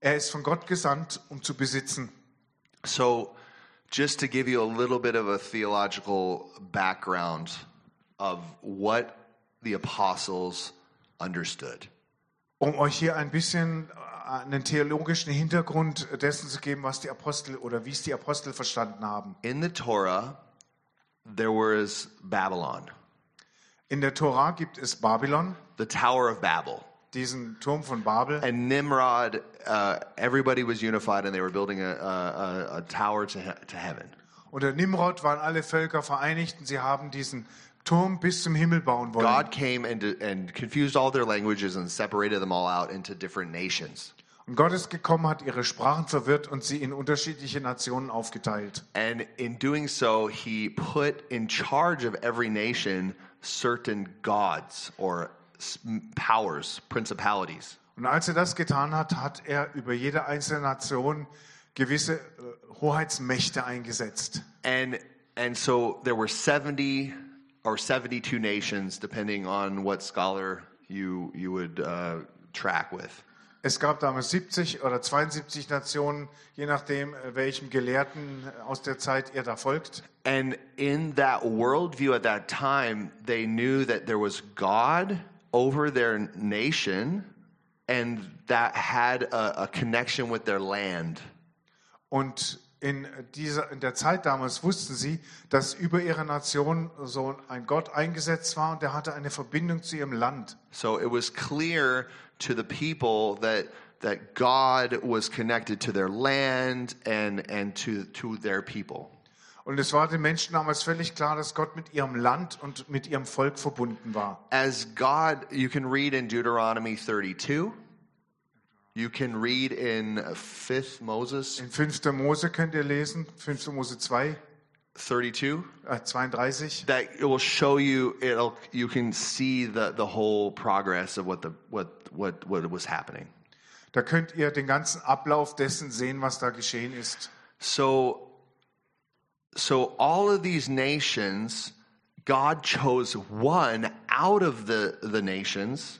Speaker 2: Er ist von Gott gesandt, um zu besitzen.
Speaker 1: So, just to give you a little bit of a theological background of what the apostles understood.
Speaker 2: Um euch hier ein bisschen äh, einen theologischen Hintergrund dessen zu geben, was die Apostel oder wie es die Apostel verstanden haben.
Speaker 1: In the Torah, there was Babylon.
Speaker 2: In der Tora gibt es Babylon,
Speaker 1: the Tower of Babel.
Speaker 2: diesen Turm von Babel.
Speaker 1: And Nimrod, uh, everybody was unified and they were building a, a, a- a tower to, he- to heaven.
Speaker 2: Unter Nimrod waren alle Völker vereinigt und sie haben diesen Turm bis zum Himmel bauen wollen.
Speaker 1: God came and, and confused all their languages and separated them all out into different nations.
Speaker 2: Und Gott ist gekommen, hat ihre Sprachen verwirrt und sie in unterschiedliche Nationen aufgeteilt.
Speaker 1: And in doing so, he put in charge of every nation certain gods or s- powers, principalities.
Speaker 2: Und als er das getan hat, hat er über jede einzelne Nation gewisse äh, Hoheitsmächte eingesetzt.
Speaker 1: And and so there were 70 or 72 nations depending on what scholar you you would uh, track with.
Speaker 2: Es gab damals 70 oder 72 Nationen, je nachdem, äh, welchem Gelehrten aus der Zeit ihr da folgt.
Speaker 1: And in that worldview at that time, they knew that there was God over their nation and that had a, a connection with their land.
Speaker 2: Und in, dieser, in der Zeit damals wussten sie, dass über ihre Nation so ein Gott eingesetzt war und der hatte eine Verbindung zu ihrem Land.
Speaker 1: So it was clear to the people that that God was connected to their land and and to to their people.
Speaker 2: Und es war den Menschen damals völlig klar, dass Gott mit ihrem Land und mit ihrem Volk verbunden war.
Speaker 1: as God, you can read in Deuteronomy 32. You can read in 5th Moses
Speaker 2: In 5. Mose könnt ihr lesen, 5. Mose 2,
Speaker 1: 32
Speaker 2: äh 32.
Speaker 1: that it will show you it'll you can see the the whole progress of what the what what what was happening.
Speaker 2: Da könnt ihr den ganzen Ablauf dessen sehen, was da geschehen ist.
Speaker 1: So so all of these nations God chose one out of the the nations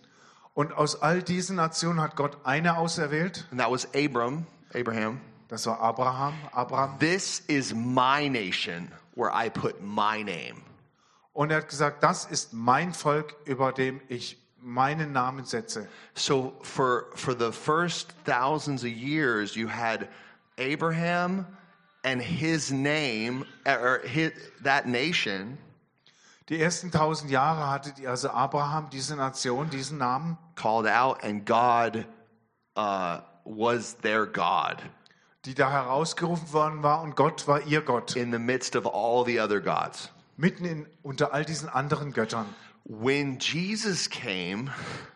Speaker 2: Und aus all diesen Nationen hat Gott eine auserwählt.
Speaker 1: and that was Abram, Abraham.
Speaker 2: Das war Abraham. Abraham.
Speaker 1: This is my nation where I put my name.
Speaker 2: Und er hat gesagt, das ist mein Volk, über dem ich meinen Namen setze.
Speaker 1: So for for the first thousands of years, you had Abraham and his name or his, that nation
Speaker 2: Die ersten tausend Jahre hattet ihr also Abraham, diese Nation, diesen Namen.
Speaker 1: called out, and God uh, was their God
Speaker 2: die da herausgerufen worden war und Gott war ihr Gott,
Speaker 1: in the midst of all the other gods.
Speaker 2: mitten in, unter all diesen anderen Göttern.
Speaker 1: When Jesus came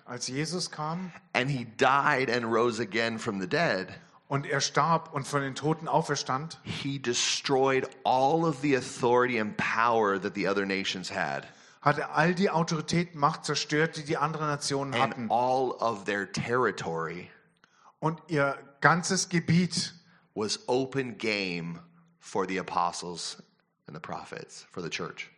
Speaker 2: Als Jesus kam
Speaker 1: and he died and rose again from the dead,
Speaker 2: und er starb und von den Toten auferstand,
Speaker 1: he destroyed all of the authority and power that the other nations had
Speaker 2: hat er all die Autorität und Macht zerstört, die die anderen Nationen
Speaker 1: and
Speaker 2: hatten.
Speaker 1: all of their territory.
Speaker 2: Und ihr ganzes Gebiet
Speaker 1: was open game for the apostles and the prophets, for the church.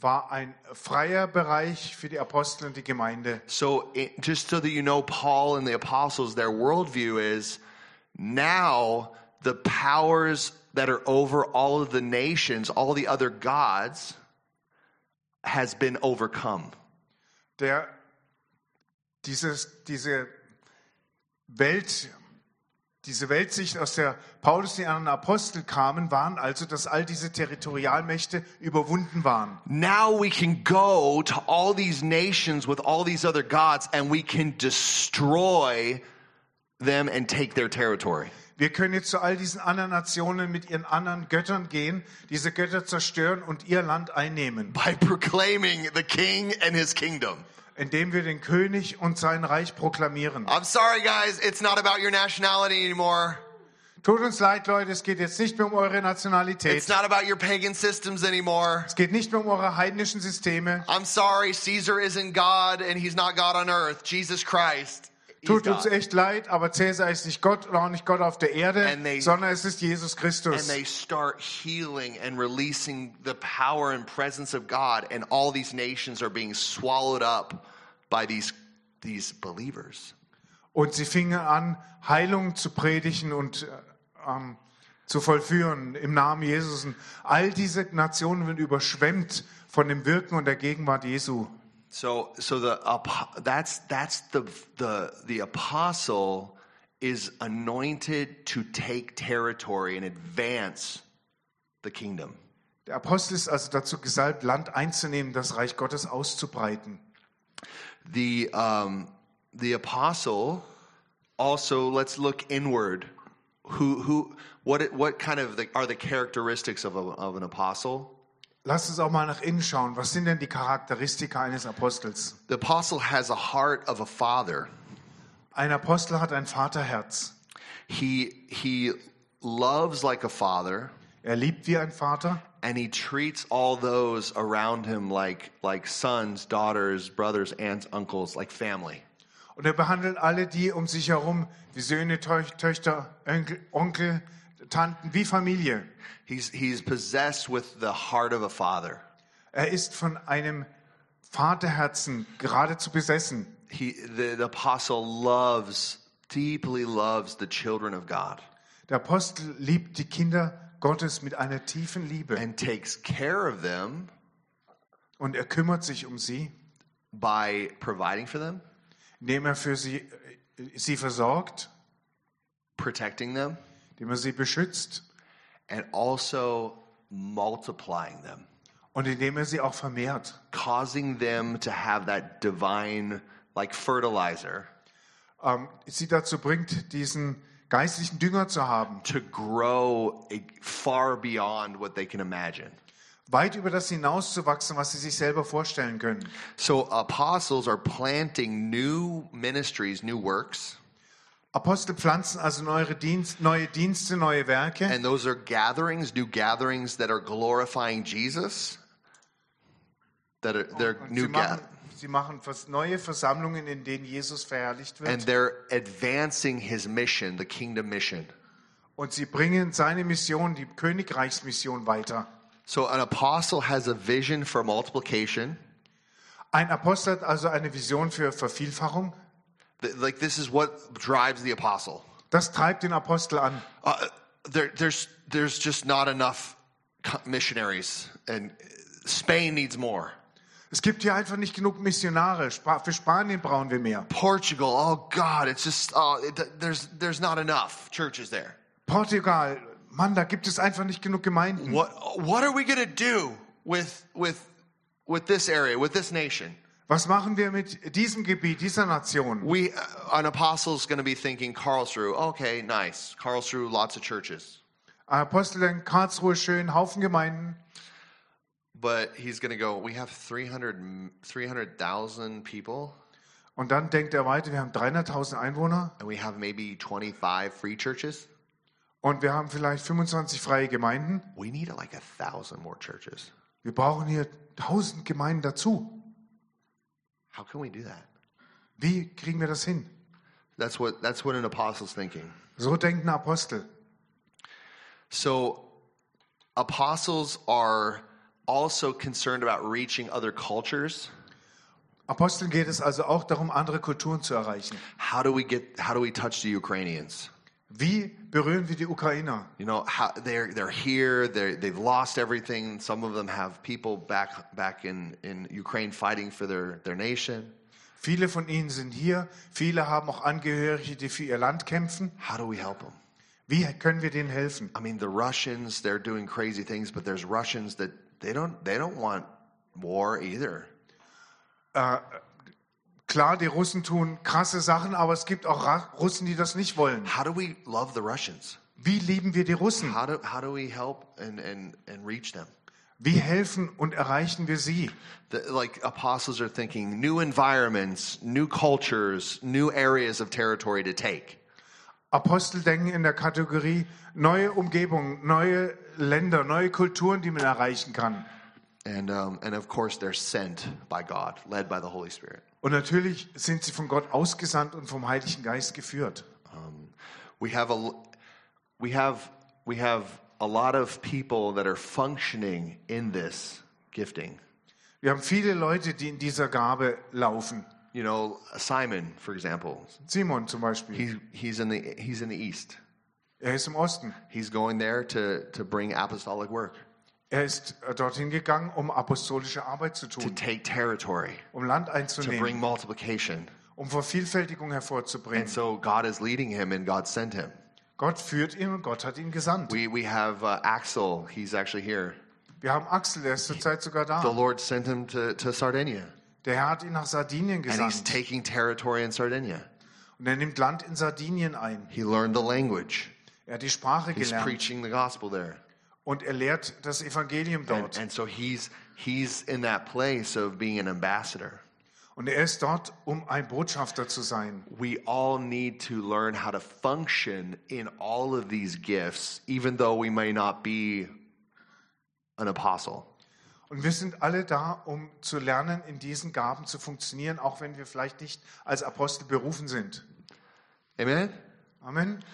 Speaker 2: war ein freier Bereich für die Apostel und die Gemeinde.
Speaker 1: So, it, just so that you know, Paul and the apostles, their worldview is now the powers that are over all of the nations, all the other gods, has been overcome.
Speaker 2: Der, dieses, diese Welt, diese Weltsicht, aus der Paulus und die anderen Apostel kamen, waren also, dass all diese Territorialmächte überwunden waren.
Speaker 1: Now we can go to all these nations with all these other gods and we can destroy them and take their territory.
Speaker 2: Wir können jetzt zu all diesen anderen Nationen mit ihren anderen Göttern gehen, diese Götter zerstören und ihr Land einnehmen,
Speaker 1: by proclaiming the king and his kingdom.
Speaker 2: indem wir den König und sein Reich proklamieren.
Speaker 1: I'm sorry, guys, it's not about your nationality anymore.
Speaker 2: Tut uns leid, Leute, es geht jetzt nicht mehr um eure
Speaker 1: It's
Speaker 2: Nationalität.
Speaker 1: not about your pagan systems anymore.
Speaker 2: Es geht nicht mehr um eure heidnischen Systeme.
Speaker 1: I'm sorry, Caesar isn't God and he's not God on earth. Jesus Christ. he's
Speaker 2: Tut uns
Speaker 1: God.
Speaker 2: echt leid, aber Cäsar ist nicht Gott und auch nicht Gott auf der Erde,
Speaker 1: And they-
Speaker 2: sondern es ist Jesus
Speaker 1: And
Speaker 2: Christus.
Speaker 1: they start healing and releasing the power and presence of God, and all these nations are being swallowed up by these, these believers.
Speaker 2: Und sie fingen an, Heilung zu predigen und äh, ähm, zu vollführen im Namen Jesus. Und all diese Nationen werden überschwemmt von dem Wirken und der Gegenwart Jesu.
Speaker 1: So, so the apo- that's that's the the the apostle is anointed to take territory and advance the kingdom.
Speaker 2: Der Apostel ist also dazu gesalbt, Land einzunehmen, das Reich Gottes auszubreiten.
Speaker 1: The, um, the apostle also, let's look inward. Who, who, what, it- what kind of the, are the characteristics of, a, of an apostle?
Speaker 2: Lasst uns auch mal nach innen schauen. Was sind denn die Charakteristika eines Apostels?
Speaker 1: The apostle has a heart of a father.
Speaker 2: Ein Apostel hat ein Vaterherz.
Speaker 1: He, he loves like a father
Speaker 2: Er liebt wie ein Vater
Speaker 1: and he treats all those around him like, like sons, daughters, brothers, aunts, uncles, like family.
Speaker 2: und er behandelt alle die um sich herum, wie Söhne, Teuch- Töchter, Onkel, Onkel, Tanten, wie Familie.
Speaker 1: He's, he's possessed with the heart of a father.
Speaker 2: Er ist von einem Vaterherzen geradezu besessen.
Speaker 1: He, the, the apostle loves, deeply loves the children of God
Speaker 2: Der Apostel liebt die Kinder Gottes mit einer tiefen Liebe
Speaker 1: and takes care of them
Speaker 2: und er kümmert sich um sie,
Speaker 1: by providing for them,
Speaker 2: indem er für sie, äh, sie versorgt,
Speaker 1: protecting them,
Speaker 2: indem er sie beschützt
Speaker 1: and also multiplying them.
Speaker 2: und indem er sie auch vermehrt,
Speaker 1: causing them to have that divine like fertilizer
Speaker 2: ähm, sie dazu bringt, diesen geistlichen Dünger zu haben,
Speaker 1: to grow eh, far beyond what they can imagine.
Speaker 2: weit über das hinauszuwachsen, was sie sich selber vorstellen können.
Speaker 1: So apostles are planting new ministries, new works,
Speaker 2: Apostel pflanzen also neue, Dienst, neue Dienste, neue Werke
Speaker 1: and those are gatherings, new gatherings that are glorifying Jesus. That are they're
Speaker 2: und sie
Speaker 1: new
Speaker 2: machen,
Speaker 1: ga-
Speaker 2: sie machen vers- neue Versammlungen, in denen Jesus verherrlicht wird.
Speaker 1: and they're advancing his mission, the kingdom mission.
Speaker 2: Und sie bringen seine Mission, die Königreichsmission weiter.
Speaker 1: So an apostle has a vision for multiplication.
Speaker 2: Ein Apostel hat also eine Vision für Vervielfachung.
Speaker 1: Th- Like this is what drives the apostle.
Speaker 2: Das treibt den Apostel an.
Speaker 1: uh, there, there's there's just not enough co- missionaries, and Spain needs more.
Speaker 2: Es gibt hier einfach nicht genug Missionare. Spa- Für Spanien brauchen wir mehr.
Speaker 1: Portugal, oh God, it's just oh, it, there's there's not enough churches there.
Speaker 2: Portugal, Mann, da gibt es einfach nicht genug Gemeinden.
Speaker 1: What what are we gonna do with with with this area, with this nation?
Speaker 2: Was machen wir mit diesem Gebiet, dieser Nation?
Speaker 1: We uh, an apostle's gonna be thinking Karlsruhe. Okay, nice, Karlsruhe, lots of churches,
Speaker 2: Ein Apostel in Karlsruhe, schön, Haufen Gemeinden.
Speaker 1: but he's gonna go. We have 300 300,000 people,
Speaker 2: Und dann denkt er weiter, wir haben 300.000 Einwohner
Speaker 1: and we have maybe twenty five free churches.
Speaker 2: und wir haben vielleicht 25 freie Gemeinden.
Speaker 1: we need like a thousand more churches.
Speaker 2: Wir brauchen hier 1000 Gemeinden dazu.
Speaker 1: How can we do that?
Speaker 2: Wie kriegen wir das hin?
Speaker 1: That's what that's what an apostle's thinking.
Speaker 2: So denken Apostel.
Speaker 1: So apostles are also concerned about reaching other cultures.
Speaker 2: Aposteln geht es also auch darum, andere Kulturen zu erreichen.
Speaker 1: How do we get how do we touch the Ukrainians?
Speaker 2: Wie berühren wir die Ukrainer?
Speaker 1: You know, how they're they're here, they they've lost everything. Some of them have people back back in, in Ukraine fighting for their, their nation.
Speaker 2: Viele von ihnen sind hier, viele haben auch Angehörige, die für ihr Land kämpfen.
Speaker 1: How do we help them?
Speaker 2: Wie können wir denen helfen?
Speaker 1: I mean, the Russians, they're doing crazy things, but there's Russians that they don't they don't want war either.
Speaker 2: Klar, die Russen tun krasse Sachen, aber es gibt auch Ra Russen, die das nicht wollen.
Speaker 1: How do we love the Russians?
Speaker 2: Wie lieben wir die Russen?
Speaker 1: How do how do we help and and and reach them?
Speaker 2: Wie helfen und erreichen wir sie?
Speaker 1: The, like apostles are thinking new environments, new cultures, new areas of territory to take.
Speaker 2: Apostel denken in der Kategorie neue Umgebungen, neue Länder, neue Kulturen, die man erreichen kann.
Speaker 1: And um, and of course they're sent by God, led by the Holy Spirit.
Speaker 2: Und natürlich sind sie von Gott ausgesandt und vom Heiligen Geist geführt.
Speaker 1: Um, we have a l- we have we have a lot of people that are functioning in this gifting.
Speaker 2: Wir haben viele Leute, die in dieser Gabe laufen.
Speaker 1: You know, Simon, for example,
Speaker 2: Simon zum Beispiel,
Speaker 1: he he's in the he's in the east.
Speaker 2: er ist im Osten.
Speaker 1: He's going there to to bring apostolic work.
Speaker 2: Er ist äh, dorthin gegangen, um apostolische Arbeit zu
Speaker 1: to
Speaker 2: tun,
Speaker 1: take territory,
Speaker 2: um Land
Speaker 1: to bring
Speaker 2: einzunehmen,
Speaker 1: multiplication.
Speaker 2: um Vervielfältigung
Speaker 1: And
Speaker 2: hervorzubringen.
Speaker 1: so God is leading him and God sent him.
Speaker 2: Gott führt ihn und Gott hat ihn gesandt.
Speaker 1: We, we have uh, Axel, he's actually here.
Speaker 2: Wir haben Axel, der ist zurzeit sogar
Speaker 1: The
Speaker 2: da.
Speaker 1: Lord sent him to, to Sardinia,
Speaker 2: Der Herr hat ihn nach Sardinien
Speaker 1: and he's
Speaker 2: gesandt.
Speaker 1: taking territory in Sardinia.
Speaker 2: Und er nimmt Land in Sardinien ein.
Speaker 1: He learned the language.
Speaker 2: Er hat die Sprache
Speaker 1: He's
Speaker 2: gelernt.
Speaker 1: preaching the gospel there.
Speaker 2: Und er lehrt das Evangelium
Speaker 1: And,
Speaker 2: dort.
Speaker 1: and so he's, he's in that place of being an ambassador.
Speaker 2: Und er ist dort, um ein Botschafter zu sein.
Speaker 1: We all need to learn how to function in all of these gifts, even though we may not be an apostle.
Speaker 2: Und wir sind alle da, um zu lernen, in diesen Gaben zu funktionieren, auch wenn wir vielleicht nicht als Apostel berufen sind.
Speaker 1: Amen?
Speaker 2: Amen.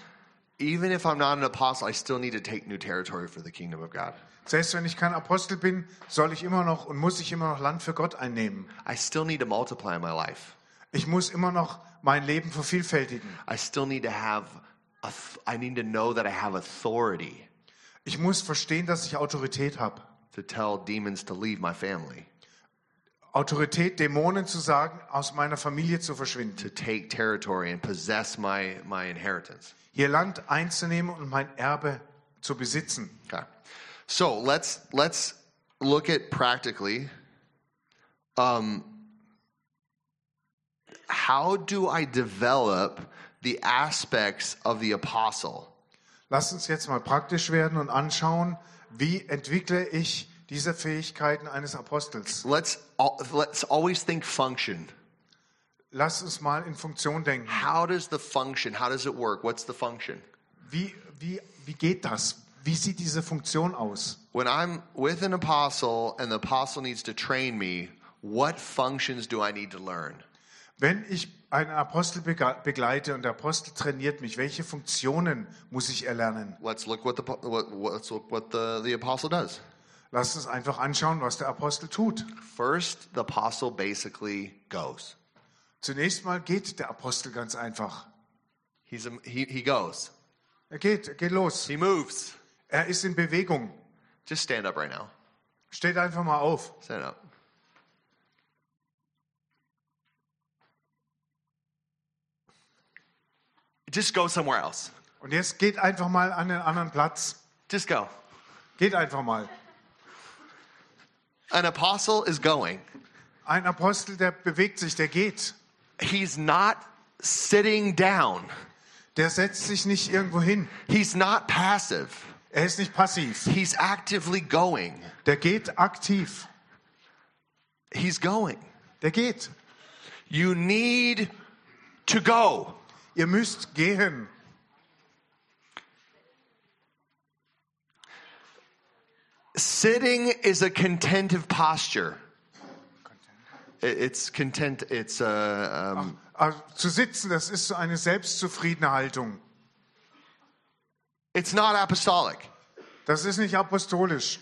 Speaker 1: Even if I'm not an apostle, I still need to take new territory for the kingdom of God.
Speaker 2: Selbst wenn ich kein Apostel bin, soll ich immer noch und muss ich immer noch Land für Gott einnehmen.
Speaker 1: I still need to multiply my life.
Speaker 2: Ich muss immer noch mein Leben vervielfältigen.
Speaker 1: I still need to have, auth- I need to know that I have authority
Speaker 2: Ich muss verstehen, dass ich Autorität habe.
Speaker 1: to tell demons to leave my family,
Speaker 2: Autorität, Dämonen zu sagen, aus meiner Familie zu verschwinden.
Speaker 1: to take territory and possess my, my inheritance.
Speaker 2: Hier Land einzunehmen und mein Erbe zu besitzen.
Speaker 1: Okay. So let's, let's look at practically um, how do I develop the aspects of the apostle?
Speaker 2: Lass uns jetzt mal praktisch werden und anschauen, wie entwickle ich diese Fähigkeiten eines Apostels.
Speaker 1: Let's, al- let's always think function.
Speaker 2: Lass uns mal in Funktion denken.
Speaker 1: How does the function, how does it work? What's the function?
Speaker 2: Wie, wie, wie geht das? Wie sieht diese Funktion aus?
Speaker 1: When I'm with an apostle and the apostle needs to train me, what functions do I need to learn?
Speaker 2: Wenn ich einen Apostel bege- begleite und der Apostel trainiert mich, welche Funktionen muss ich erlernen?
Speaker 1: Let's look what the what, let's look what the, the apostle does.
Speaker 2: Lasst uns einfach anschauen, was der Apostel tut.
Speaker 1: First, the apostle basically goes.
Speaker 2: Zunächst mal geht der Apostel ganz einfach.
Speaker 1: He's a, he, he goes.
Speaker 2: Er geht, er geht los.
Speaker 1: He moves.
Speaker 2: Er ist in Bewegung.
Speaker 1: Just stand up right now.
Speaker 2: Steht einfach mal auf.
Speaker 1: Stand up. Just go somewhere else.
Speaker 2: Und jetzt geht einfach mal an den anderen Platz.
Speaker 1: Just go.
Speaker 2: Geht einfach mal.
Speaker 1: An apostle is going.
Speaker 2: Ein Apostel, der bewegt sich, der geht.
Speaker 1: He's not sitting down.
Speaker 2: Der setzt sich nicht irgendwo hin.
Speaker 1: He's not passive.
Speaker 2: Er ist nicht passiv.
Speaker 1: He's actively going.
Speaker 2: Der geht aktiv.
Speaker 1: He's going.
Speaker 2: Der geht.
Speaker 1: You need to go.
Speaker 2: Ihr müsst gehen.
Speaker 1: Sitting is a contentive posture. It- It's content. It's uh, um,
Speaker 2: Also, zu sitzen, das ist so eine selbstzufriedene Haltung.
Speaker 1: it's not apostolic.
Speaker 2: Das ist nicht apostolisch.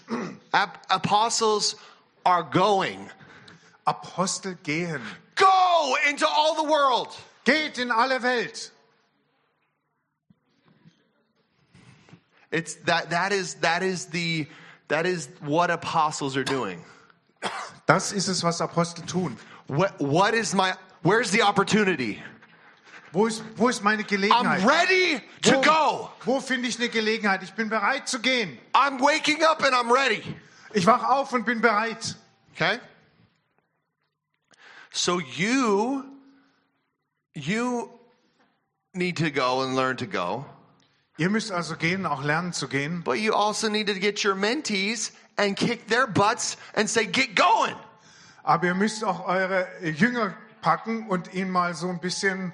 Speaker 1: Ap- apostles are going.
Speaker 2: Apostel gehen.
Speaker 1: Go into all the world.
Speaker 2: Geht in alle Welt.
Speaker 1: It's that that is that is the that is what apostles are doing.
Speaker 2: Das ist es, was Apostel tun.
Speaker 1: What what is my where's the opportunity?
Speaker 2: Wo ist, wo ist meine
Speaker 1: I'm
Speaker 2: Gelegenheit?
Speaker 1: ready to go.
Speaker 2: Wo, wo finde ich eine Gelegenheit? Ich bin bereit zu gehen.
Speaker 1: I'm waking up and I'm ready.
Speaker 2: Ich wach auf und bin bereit.
Speaker 1: Okay? So you you need to go and learn to go,
Speaker 2: Ihr müsst also gehen, auch lernen zu gehen.
Speaker 1: but you also need to get your mentees and kick their butts and say get going.
Speaker 2: Aber ihr müsst auch eure Jünger packen und ihnen mal so ein bisschen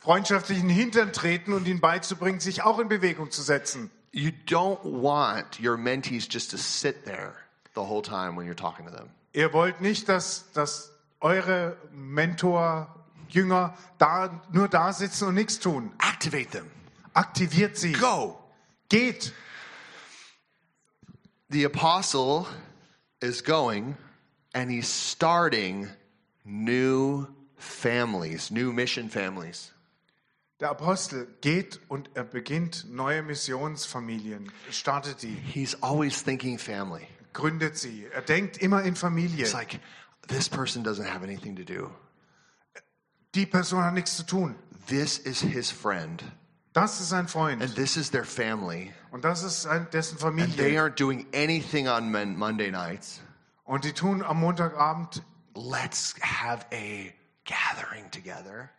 Speaker 2: freundschaftlich in den Hintern treten und ihnen beizubringen, sich auch in Bewegung zu setzen.
Speaker 1: You don't want your mentees just to sit there the whole time when you're talking to them.
Speaker 2: Ihr wollt nicht, dass, dass eure Mentor, Jünger da, nur da sitzen und nichts tun.
Speaker 1: Activate them.
Speaker 2: Aktiviert sie.
Speaker 1: Go.
Speaker 2: Geht.
Speaker 1: The apostle is going and he's starting new families, new mission families.
Speaker 2: Der Apostel geht und er beginnt neue Missionsfamilien, startet die,
Speaker 1: He's always thinking family.
Speaker 2: gründet sie. Er denkt immer in Familie.
Speaker 1: It's like, this person doesn't have anything to do.
Speaker 2: Die Person hat nichts zu tun.
Speaker 1: This is his friend.
Speaker 2: Das ist ein
Speaker 1: and
Speaker 2: Freund
Speaker 1: this is their family.
Speaker 2: und das ist ein, dessen
Speaker 1: And they
Speaker 2: Familie.
Speaker 1: aren't doing anything on Mon- Monday nights.
Speaker 2: Und die tun am Montagabend,
Speaker 1: Let's have a gathering together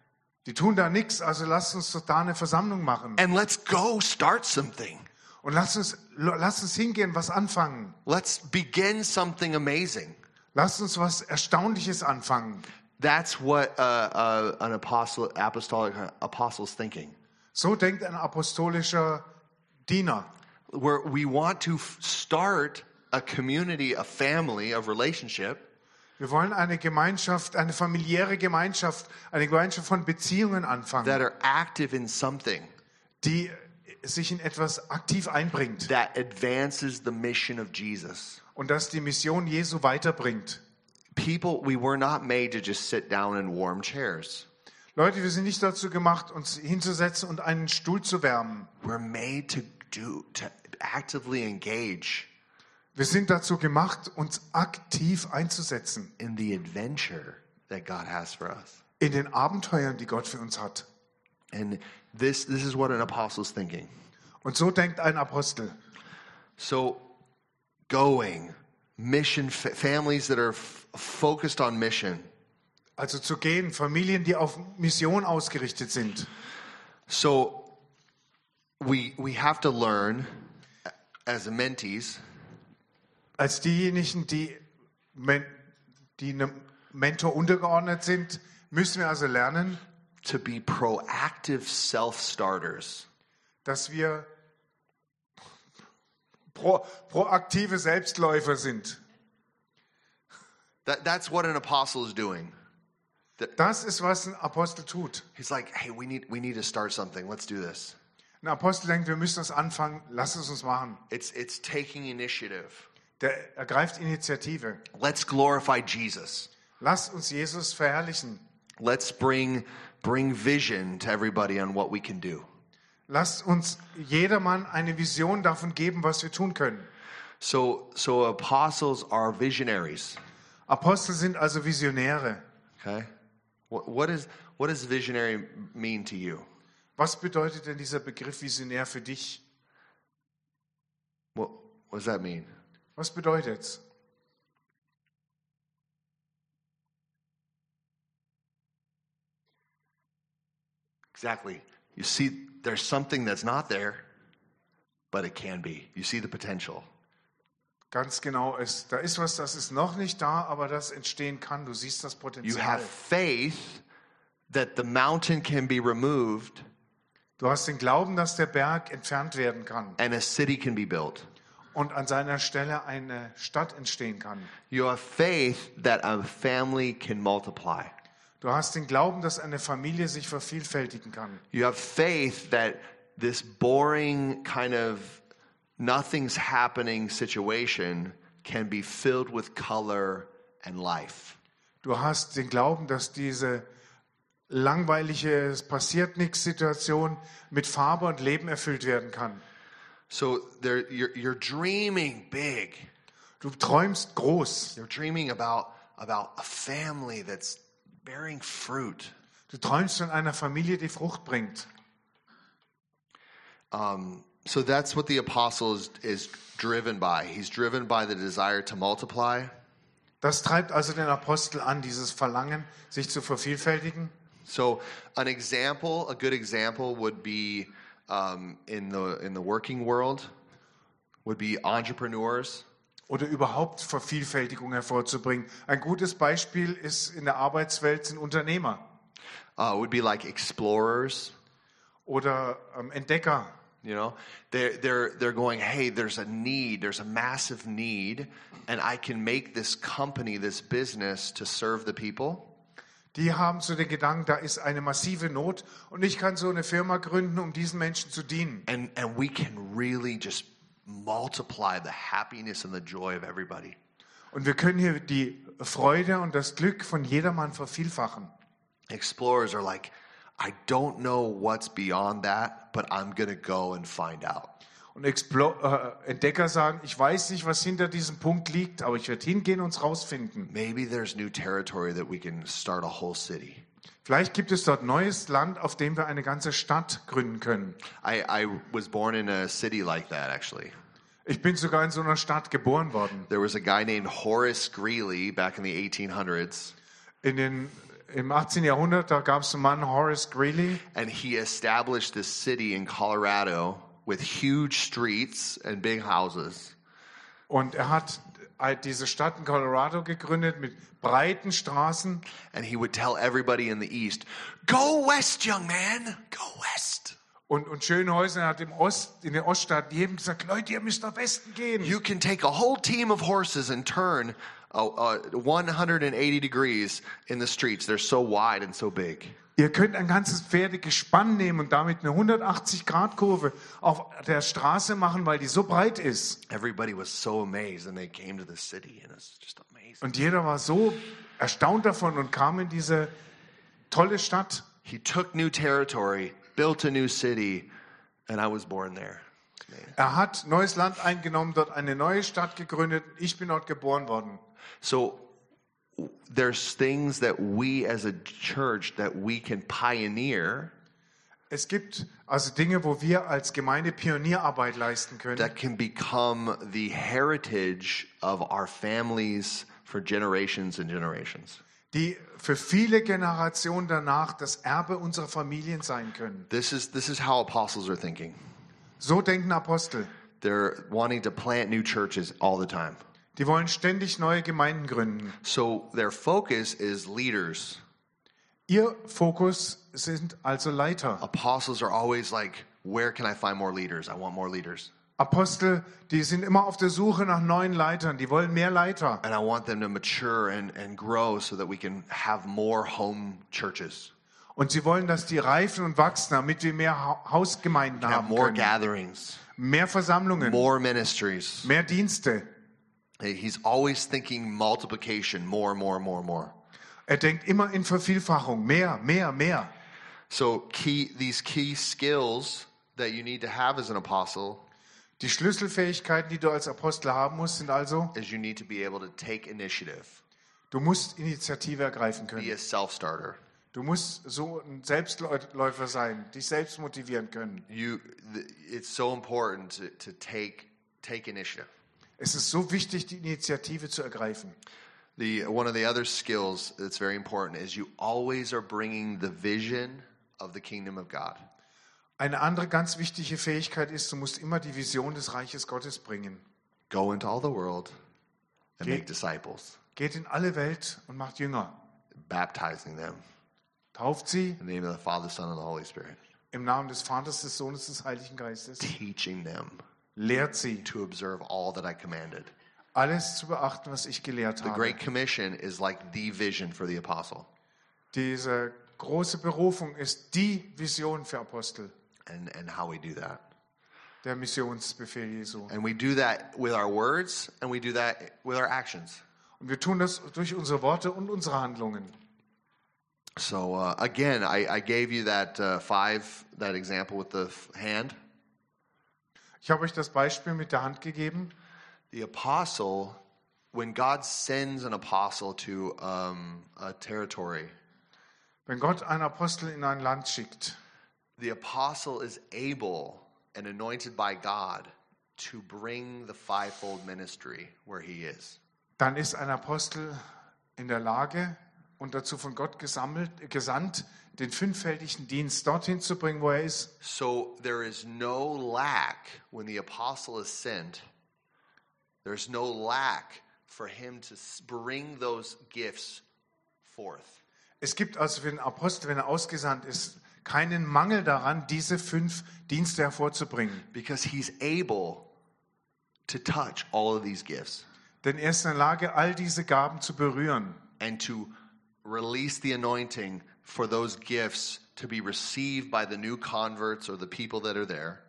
Speaker 2: die tun da nichts, also lasst uns doch da eine Versammlung machen.
Speaker 1: and let's go start something.
Speaker 2: Und lasst uns, lasst uns hingehen, was anfangen.
Speaker 1: Let's begin something amazing.
Speaker 2: Lasst uns was Erstaunliches anfangen.
Speaker 1: That's what uh, uh, an apostle, apostolic uh, apostle's thinking.
Speaker 2: So denkt ein apostolischer Diener.
Speaker 1: Where we want to f- start a community, a family, a relationship
Speaker 2: Wir wollen eine Gemeinschaft, eine familiäre Gemeinschaft, eine Gemeinschaft von Beziehungen anfangen,
Speaker 1: that are active in something
Speaker 2: die sich in etwas aktiv einbringt
Speaker 1: that advances the mission of Jesus.
Speaker 2: und das die Mission Jesu weiterbringt.
Speaker 1: People, we were not made to just sit down in warm chairs.
Speaker 2: Leute, wir sind nicht dazu gemacht, uns hinzusetzen und einen Stuhl zu wärmen.
Speaker 1: We're made to do to actively engage
Speaker 2: Wir sind dazu gemacht, uns aktiv einzusetzen
Speaker 1: in the adventure that God has for us.
Speaker 2: in den Abenteuern, die Gott für uns hat.
Speaker 1: And this this is what an apostle's thinking.
Speaker 2: Und so denkt ein Apostel.
Speaker 1: So, going, mission, f- families that are f- focused on mission.
Speaker 2: Also zu gehen, Familien, die auf Mission ausgerichtet sind.
Speaker 1: So, we, we have to learn a- as mentees
Speaker 2: Als diejenigen, die, men, die einem Mentor untergeordnet sind, müssen wir also lernen,
Speaker 1: to be proactive self starters.
Speaker 2: dass wir pro, proaktive Selbstläufer sind.
Speaker 1: That, that's what an apostle is doing.
Speaker 2: Das ist, was ein Apostel tut.
Speaker 1: He's like, hey, we need, we need to start something. Let's do this.
Speaker 2: Ein Apostel denkt, wir müssen das anfangen, lass es uns machen.
Speaker 1: It's, it's taking initiative.
Speaker 2: Der ergreift Initiative.
Speaker 1: Let's glorify Jesus.
Speaker 2: Lass uns Jesus verherrlichen.
Speaker 1: Let's bring, bring vision to everybody on what we can do.
Speaker 2: Lasst uns jedermann eine Vision davon geben, was wir tun können.
Speaker 1: So, so apostles are visionaries.
Speaker 2: Apostel sind also Visionäre.
Speaker 1: Okay, what, what is what does visionary mean to you?
Speaker 2: Was bedeutet denn dieser Begriff Visionär für dich?
Speaker 1: What, what does that mean?
Speaker 2: Was bedeutet's?
Speaker 1: Exactly. You see, there's something that's not there, but it can be. You see the potential.
Speaker 2: Ganz genau ist, da ist was, das ist noch nicht da, aber das entstehen kann. Du siehst das
Speaker 1: You
Speaker 2: Potenzial.
Speaker 1: have faith that the mountain can be removed
Speaker 2: Du hast den Glauben, dass der Berg entfernt werden kann
Speaker 1: and a city can be built.
Speaker 2: und an seiner Stelle eine Stadt entstehen kann.
Speaker 1: You have faith that a family can multiply.
Speaker 2: Du hast den Glauben, dass eine Familie sich vervielfältigen kann.
Speaker 1: You have faith that this boring kind of nothing's happening situation can be filled with color and life.
Speaker 2: Du hast den Glauben, dass diese langweilige es passiert nichts Situation mit Farbe und Leben erfüllt werden kann.
Speaker 1: So there, you're, you're dreaming big.
Speaker 2: Du träumst groß.
Speaker 1: You're dreaming about about a family that's bearing fruit.
Speaker 2: Du träumst von einer Familie, die Frucht bringt.
Speaker 1: Um, So that's what the apostle is, is driven by. He's driven by the desire to multiply,
Speaker 2: Das treibt also den Apostel an, dieses Verlangen, sich zu vervielfältigen.
Speaker 1: So, an example, a good example would be um, in the in the working world, would be entrepreneurs.
Speaker 2: Oder überhaupt Vervielfältigung hervorzubringen. Ein gutes Beispiel ist in der Arbeitswelt sind Unternehmer
Speaker 1: Uh, would be like explorers.
Speaker 2: oder ähm, Entdecker.
Speaker 1: You know, they're they're they're going. Hey, there's a need. There's a massive need, and I can make this company, this business, to serve the people.
Speaker 2: Die haben so den Gedanken, da ist eine massive Not und ich kann so eine Firma gründen, um diesen Menschen zu dienen.
Speaker 1: And and we can really just multiply the happiness and the joy of everybody.
Speaker 2: Und wir können hier die Freude und das Glück von jedermann vervielfachen.
Speaker 1: explorers are like, I don't know what's beyond that, but I'm going to go and find out.
Speaker 2: Und Explo äh, Entdecker sagen, ich weiß nicht, was hinter diesem Punkt liegt, aber ich werde hingehen und es rausfinden.
Speaker 1: Maybe there's new territory that we can start a whole city.
Speaker 2: Vielleicht gibt es dort neues Land, auf dem wir eine ganze Stadt gründen können.
Speaker 1: I, I was born in a city like that, actually.
Speaker 2: Ich bin sogar in so einer Stadt geboren worden.
Speaker 1: There was a guy named Horace Greeley back in the 1800s,
Speaker 2: In den, Im 18. Jahrhundert, da gab es einen Mann, Horace Greeley,
Speaker 1: and he established this city in Colorado with huge streets and big houses.
Speaker 2: und er hat äh, diese Stadt in Colorado gegründet mit breiten Straßen.
Speaker 1: And he would tell everybody in the East, Go west, young man, go west.
Speaker 2: Und, und Schönhäuser hat im Ost, in den Oststaaten jedem gesagt, Leute, ihr müsst nach Westen gehen.
Speaker 1: You can take a whole team of horses and turn uh, uh, 180 degrees in the streets. They're so wide and so big.
Speaker 2: Ihr könnt ein ganzes Pferdegespann nehmen und damit eine 180-Grad-Kurve auf der Straße machen, weil die so breit ist.
Speaker 1: Everybody was so amazed, and they came to the city, and it's just amazing.
Speaker 2: Und jeder war so erstaunt davon und kam in diese tolle Stadt.
Speaker 1: He took new territory, built a new city, and I was born there.
Speaker 2: Er hat neues Land eingenommen, dort eine neue Stadt gegründet. Ich bin dort geboren worden.
Speaker 1: So w- there's things that we as a church that we can pioneer
Speaker 2: Es gibt also Dinge, wo wir als Gemeinde Pionierarbeit leisten können.
Speaker 1: that can become the heritage of our families for generations and generations.
Speaker 2: die für viele Generationen danach das Erbe unserer Familien sein können.
Speaker 1: This is this is how apostles are thinking.
Speaker 2: So denken Apostel.
Speaker 1: They're wanting to plant new churches all the time.
Speaker 2: Die wollen ständig neue Gemeinden gründen.
Speaker 1: So their focus is leaders.
Speaker 2: Ihr Fokus sind also Leiter.
Speaker 1: Apostles are always like, where can I find more leaders? I want more leaders.
Speaker 2: Apostel, die sind immer auf der Suche nach neuen Leitern. Die wollen mehr Leiter.
Speaker 1: And I want them to mature and, and grow so that we can have more home churches,
Speaker 2: Und sie wollen, dass die reifen und wachsen, damit wir mehr Ha- Hausgemeinden
Speaker 1: have
Speaker 2: haben
Speaker 1: more
Speaker 2: können.
Speaker 1: gatherings,
Speaker 2: Mehr Versammlungen,
Speaker 1: more ministries.
Speaker 2: mehr Dienste.
Speaker 1: He's always thinking multiplication, more, more, more, more.
Speaker 2: Er denkt immer in Vervielfachung. Mehr, mehr, mehr.
Speaker 1: So key these key skills that you need to have as an apostle
Speaker 2: Die Schlüsselfähigkeiten, die du als Apostel haben musst, sind also,
Speaker 1: is you need to be able to take initiative,
Speaker 2: du musst Initiative ergreifen können.
Speaker 1: be a self starter.
Speaker 2: Du musst so ein Selbstläufer sein, dich selbst motivieren können.
Speaker 1: You, th- it's so important to, to take take initiative.
Speaker 2: Es ist so wichtig, die Initiative zu ergreifen.
Speaker 1: The one of the other skills that's very important is you always are bringing the vision of the kingdom of God.
Speaker 2: Eine andere ganz wichtige Fähigkeit ist, du musst immer die Vision des Reiches Gottes bringen.
Speaker 1: Go into all the world and
Speaker 2: Okay.
Speaker 1: make disciples,
Speaker 2: Geht in alle Welt und macht Jünger.
Speaker 1: baptizing them
Speaker 2: Tauft sie
Speaker 1: in the name of the Father, Son, and the Holy Spirit,
Speaker 2: im Namen des Vaters, des Sohnes, des Heiligen Geistes.
Speaker 1: teaching them
Speaker 2: Lehrt sie,
Speaker 1: to observe all that I commanded.
Speaker 2: alles zu beachten, was ich gelehrt
Speaker 1: The
Speaker 2: habe.
Speaker 1: Great Commission is like the vision for the apostle.
Speaker 2: Diese große Berufung ist die Vision für Apostel,
Speaker 1: and, and how we do that.
Speaker 2: der Missionsbefehl Jesu.
Speaker 1: And we do that with our words and we do that with our actions.
Speaker 2: Und wir tun das durch unsere Worte und unsere Handlungen.
Speaker 1: So uh, again, I, I gave you that uh, five, that example with the f- hand.
Speaker 2: Ich habe euch das Beispiel mit der Hand gegeben.
Speaker 1: The apostle, when God sends an apostle to um, a territory,
Speaker 2: Wenn Gott einen Apostel in ein Land schickt,
Speaker 1: the apostle is able and anointed by God to bring the fivefold ministry where he is.
Speaker 2: dann ist ein Apostel in der Lage und dazu von Gott gesammelt, gesandt, den fünffältigen Dienst dorthin zu bringen, wo er ist.
Speaker 1: So there is no lack when the apostle is sent. There's no lack for him to s- bring those gifts forth.
Speaker 2: Es gibt also für den Apostel, wenn er ausgesandt ist, keinen Mangel daran, diese fünf Dienste hervorzubringen.
Speaker 1: Because he's able to touch all of these gifts
Speaker 2: Denn er ist in der Lage, all diese Gaben zu berühren
Speaker 1: and to release the anointing for those gifts to be received by the new converts or the people that are there.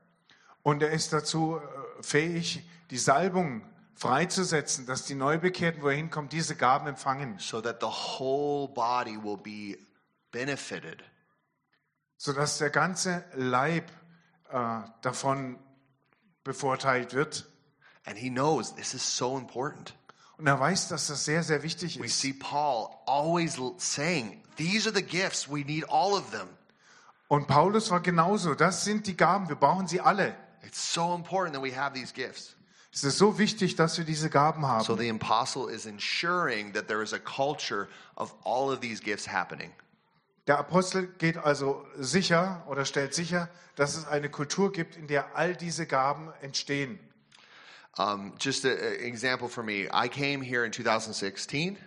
Speaker 2: Und er ist dazu äh, fähig, die Salbung freizusetzen, dass die Neubekehrten, wo er hinkommt, diese Gaben empfangen,
Speaker 1: So that the whole body will be benefited
Speaker 2: sodass der ganze Leib äh, davon bevorteilt wird.
Speaker 1: and he knows this is so important.
Speaker 2: Und er weiß, dass das sehr, sehr wichtig
Speaker 1: We
Speaker 2: ist.
Speaker 1: see Paul always l- saying, These are the gifts, we need all of them.
Speaker 2: Und Paulus war genauso. Das sind die Gaben. Wir brauchen sie alle.
Speaker 1: It's so important that we have these gifts.
Speaker 2: Es ist so wichtig, dass wir diese Gaben haben.
Speaker 1: So the apostle is ensuring that there is a culture of all of these gifts happening.
Speaker 2: Der Apostel geht also sicher oder stellt sicher, dass es eine Kultur gibt, in der all diese Gaben entstehen.
Speaker 1: Um, just a- a- an example for me, I came here in 2016.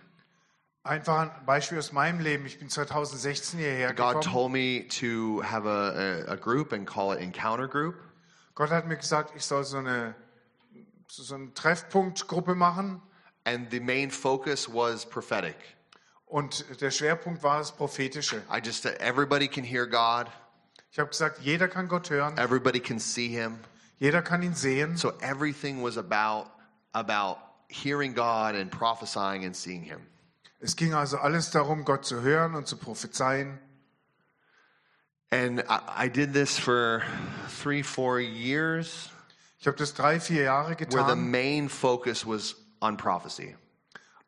Speaker 2: Einfach ein Beispiel aus meinem Leben. Ich bin 2016 hierher
Speaker 1: God
Speaker 2: gekommen.
Speaker 1: told me to have a, a, a group and call it Encounter Group.
Speaker 2: Gott hat mir gesagt, ich soll so eine, so eine Treffpunktgruppe machen.
Speaker 1: And the main focus was prophetic.
Speaker 2: Und der Schwerpunkt war das Prophetische.
Speaker 1: I just said, everybody can hear God,
Speaker 2: Ich habe gesagt, jeder kann Gott hören,
Speaker 1: everybody can see Him.
Speaker 2: jeder kann ihn sehen.
Speaker 1: So everything was about about hearing God and prophesying and seeing Him.
Speaker 2: Es ging also alles darum, Gott zu hören und zu prophezeien.
Speaker 1: And I, I did this for three, four years,
Speaker 2: Ich habe das drei, vier Jahre
Speaker 1: where the
Speaker 2: getan
Speaker 1: main focus was on prophecy.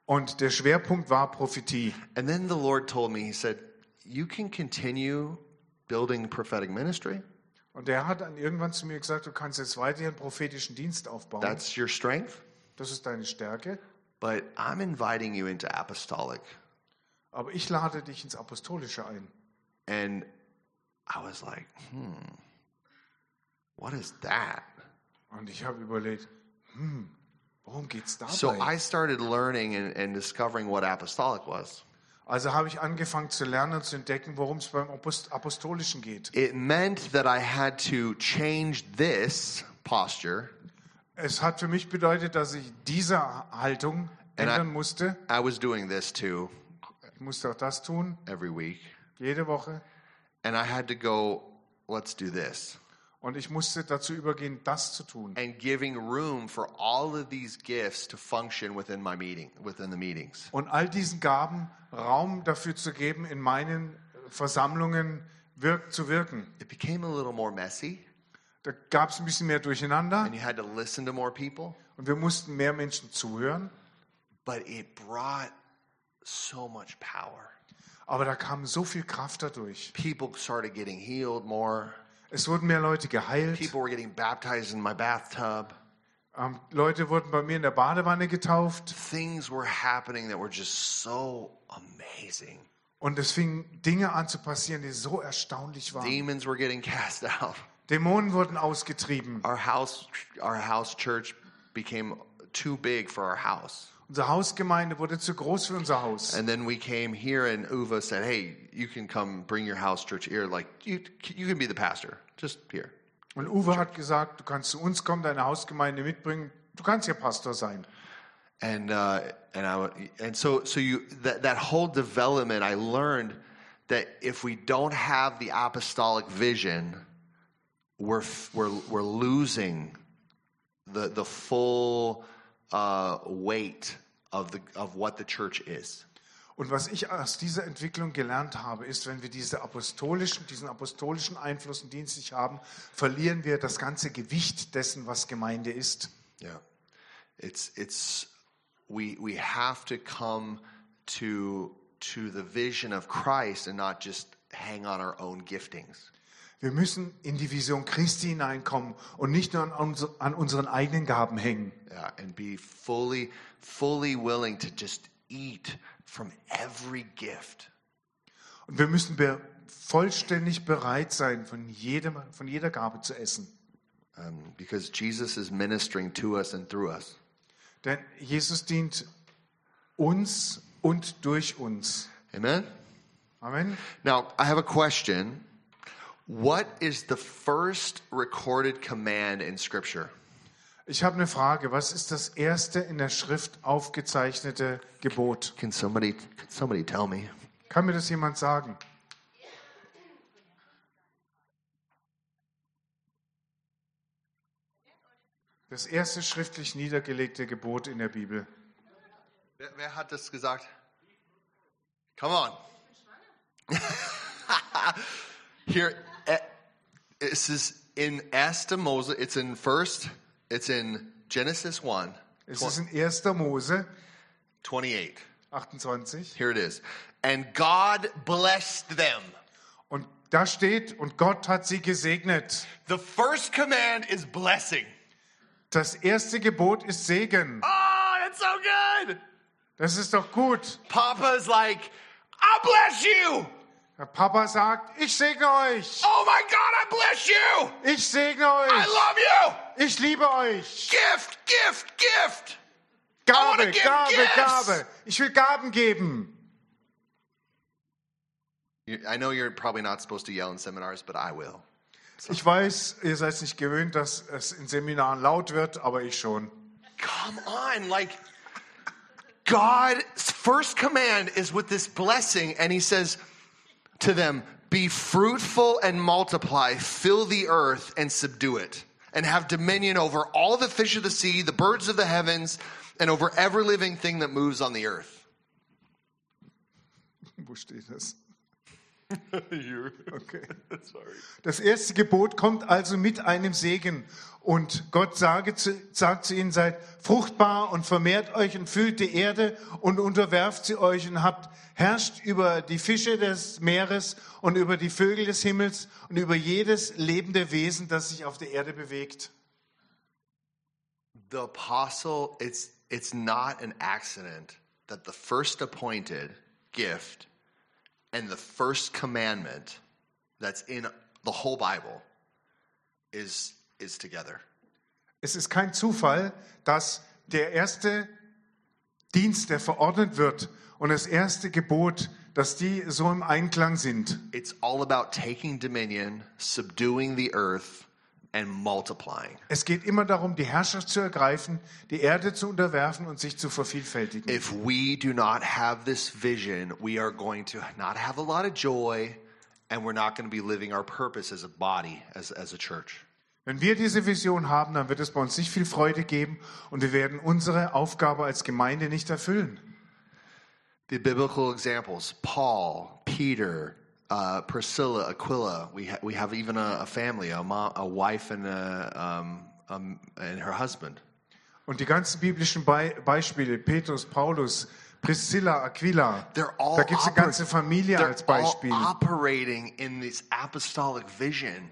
Speaker 2: und der Schwerpunkt war Prophetie.
Speaker 1: And then the Lord told me, He said, "You can continue building prophetic ministry.
Speaker 2: Und er hat dann irgendwann zu mir gesagt, du kannst jetzt weiterhin prophetischen Dienst aufbauen.
Speaker 1: That's your strength."
Speaker 2: das ist deine Stärke.
Speaker 1: But I'm inviting you into apostolic.
Speaker 2: Aber ich lade dich ins Apostolische ein.
Speaker 1: And I was like, hmm, what is that?
Speaker 2: Und ich habe überlegt, hm, worum geht's dabei?
Speaker 1: So I started learning and, and discovering what apostolic was.
Speaker 2: also habe ich angefangen zu lernen und zu entdecken, worum es beim Apost Apostolischen geht.
Speaker 1: It meant that I had to change this posture.
Speaker 2: Es hat für mich bedeutet, dass ich diese Haltung ändern musste.
Speaker 1: I was doing this too
Speaker 2: Ich musste auch das tun,
Speaker 1: every week.
Speaker 2: jede Woche.
Speaker 1: And I had to go, let's do this.
Speaker 2: Und ich musste dazu übergehen, das zu tun.
Speaker 1: And giving room for all of these gifts to function within my meeting, within the meetings.
Speaker 2: Und all diesen Gaben Raum dafür zu geben, in meinen Versammlungen wirk zu wirken.
Speaker 1: It became a little more messy,
Speaker 2: Da gab es ein bisschen mehr Durcheinander
Speaker 1: and you had to listen to more people.
Speaker 2: und wir mussten mehr Menschen zuhören.
Speaker 1: but it brought so much power.
Speaker 2: Aber da kam so viel Kraft dadurch.
Speaker 1: People started getting healed more.
Speaker 2: Es wurden mehr Leute geheilt.
Speaker 1: People were getting baptized in my bathtub.
Speaker 2: Ähm, Leute wurden bei mir in der Badewanne getauft.
Speaker 1: Things were happening that were just so amazing.
Speaker 2: Und es fingen Dinge an zu passieren, die so erstaunlich waren.
Speaker 1: Demons were getting cast out.
Speaker 2: Dämonen wurden ausgetrieben.
Speaker 1: Our house our house church became too big for our house.
Speaker 2: Unsere Hausgemeinde wurde zu groß für unser Haus.
Speaker 1: And then we came here and Uva said, "Hey, you can come bring your house church here like you you can be the pastor just here."
Speaker 2: Und Uwe hat gesagt, du kannst zu uns kommen, deine Hausgemeinde mitbringen. Du kannst hier Pastor sein.
Speaker 1: and uh, and I would- and so so you that that whole development I learned that if we don't have the apostolic vision, we're f- we're we're losing the the full uh, weight of the of what the church is.
Speaker 2: Und was ich aus dieser Entwicklung gelernt habe, ist, wenn wir diese apostolischen, diesen apostolischen Einfluss und Dienst nicht haben, verlieren wir das ganze Gewicht dessen, was Gemeinde ist.
Speaker 1: Yeah, it's it's we we have to come to to the vision of Christ and not just hang on our own giftings.
Speaker 2: Wir müssen in die Vision Christi hineinkommen und nicht nur an, uns, an unseren eigenen Gaben hängen,
Speaker 1: Yeah, and be fully, fully willing to just eat from every gift.
Speaker 2: Und wir müssen be vollständig bereit sein, von, jedem, von jeder Gabe zu essen.
Speaker 1: Um, because Jesus is ministering to us and through us.
Speaker 2: Denn Jesus dient uns und durch uns.
Speaker 1: Amen?
Speaker 2: Amen.
Speaker 1: Now, I have a question. What is the first recorded command in Scripture?
Speaker 2: Ich habe eine Frage. Was ist das erste in der Schrift aufgezeichnete Gebot?
Speaker 1: Can somebody, can somebody tell me?
Speaker 2: Kann mir das jemand sagen? Das erste schriftlich niedergelegte Gebot in der Bibel.
Speaker 1: Wer, wer hat das gesagt? Come on. Here, eh, this is in Esther Moses. It's in first. It's in Genesis one.
Speaker 2: Es ist in 1. Mose
Speaker 1: 28.
Speaker 2: 28.
Speaker 1: Here it is. And God blessed them.
Speaker 2: Und da steht, und Gott hat sie gesegnet.
Speaker 1: The first command is blessing.
Speaker 2: Das erste Gebot ist Segen.
Speaker 1: Oh, that's so good.
Speaker 2: Das ist doch gut.
Speaker 1: Papa's like, I bless you.
Speaker 2: Der Papa sagt, ich segne euch.
Speaker 1: Oh my God, I bless you.
Speaker 2: Ich segne
Speaker 1: I
Speaker 2: euch.
Speaker 1: love you.
Speaker 2: Ich liebe euch.
Speaker 1: Gift, gift, gift. I wanna
Speaker 2: Gabe,
Speaker 1: give
Speaker 2: Gabe,
Speaker 1: gifts.
Speaker 2: Gabe. Ich will Gaben geben.
Speaker 1: You- I know you're probably not supposed to yell in seminars, but I will.
Speaker 2: Ich weiß, ihr seid nicht gewöhnt, dass es in Seminaren laut wird, aber ich schon.
Speaker 1: Come on, like God's first command is with this blessing, and He says to them, Be fruitful and multiply, fill the earth and subdue it, and have dominion over all the fish of the sea, the birds of the heavens, and over every living thing that moves on the earth.
Speaker 2: Wo steht das?
Speaker 1: You're
Speaker 2: Okay.
Speaker 1: sorry.
Speaker 2: Das erste Gebot kommt also mit einem Segen. Und Gott sage zu, sagt zu ihnen, seid fruchtbar und vermehrt euch und füllt die Erde und unterwerft sie euch und habt, herrscht über die Fische des Meeres und über die Vögel des Himmels und über jedes lebende Wesen, das sich auf der Erde bewegt.
Speaker 1: The apostle, it's it's not an accident that the first appointed gift and the first commandment that's in the whole Bible is is together.
Speaker 2: Es ist kein Zufall, dass der erste Dienst, der verordnet wird und das erste Gebot, dass die so im Einklang sind.
Speaker 1: It's all about taking dominion, subduing the earth, and multiplying.
Speaker 2: Es geht immer darum, die Herrschaft zu ergreifen, die Erde zu unterwerfen und sich zu vervielfältigen.
Speaker 1: If we do not have this vision, we are going to not have a lot of joy and we're not going to be living our purpose as a body, as, as a church.
Speaker 2: Wenn wir diese Vision haben, dann wird es bei uns nicht viel Freude geben und wir werden unsere Aufgabe als Gemeinde nicht erfüllen.
Speaker 1: the biblical examples paul peter uh, priscilla aquila we, ha- we have even a, a family a, mom, a wife and, a, um, um, and her husband
Speaker 2: Und die ganzen biblischen Bei Beispiele, Petrus, Paulus, Priscilla, Aquila,
Speaker 1: they're all
Speaker 2: da gibt es eine
Speaker 1: oper-
Speaker 2: ganze Familie
Speaker 1: they're
Speaker 2: als Beispiel.
Speaker 1: all operating in this apostolic vision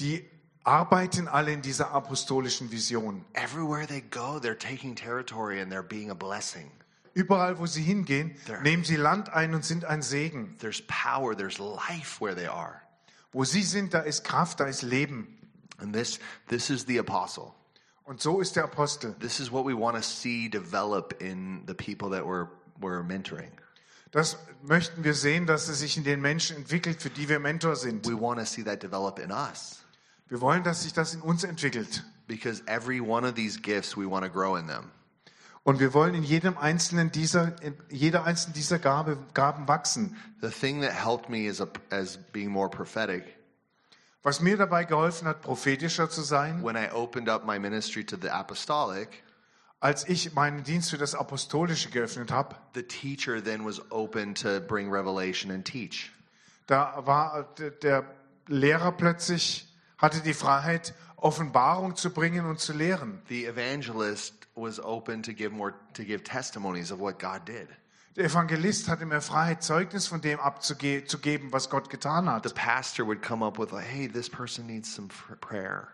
Speaker 2: Die arbeiten alle in dieser apostolischen Vision.
Speaker 1: everywhere they go they're taking territory and they're being a blessing
Speaker 2: Überall, wo sie hingehen, nehmen sie Land ein und sind ein Segen.
Speaker 1: there's power there's life where they are
Speaker 2: Wo sie sind, da ist Kraft, da ist Leben.
Speaker 1: and this this is the apostle
Speaker 2: Und so ist der Apostel.
Speaker 1: this is what we want to see develop in the people that we're we're mentoring
Speaker 2: Das möchten wir sehen, dass es sich in den Menschen entwickelt, für die wir Mentor sind.
Speaker 1: we want to see that develop in us
Speaker 2: Wir wollen, dass sich das in uns entwickelt.
Speaker 1: because every one of these gifts we want to grow in them
Speaker 2: Und wir wollen in jedem einzelnen dieser, in jeder einzelnen dieser Gabe, Gaben wachsen.
Speaker 1: the thing that helped me as a, as being more prophetic
Speaker 2: Was mir dabei geholfen hat, prophetischer zu sein,
Speaker 1: when i opened up my ministry to the apostolic
Speaker 2: als ich meinen Dienst für das Apostolische geöffnet habe,
Speaker 1: the teacher then was open to bring revelation and teach
Speaker 2: da war d- der Lehrer plötzlich, hatte die Freiheit, Offenbarung zu bringen und zu lehren.
Speaker 1: the evangelist was open to give more to give testimonies of what god did
Speaker 2: Der Evangelist hatte mehr Freiheit, Zeugnis von dem abzugeben, zu geben, was Gott getan hat.
Speaker 1: the pastor would come up with like hey this person needs some fr- prayer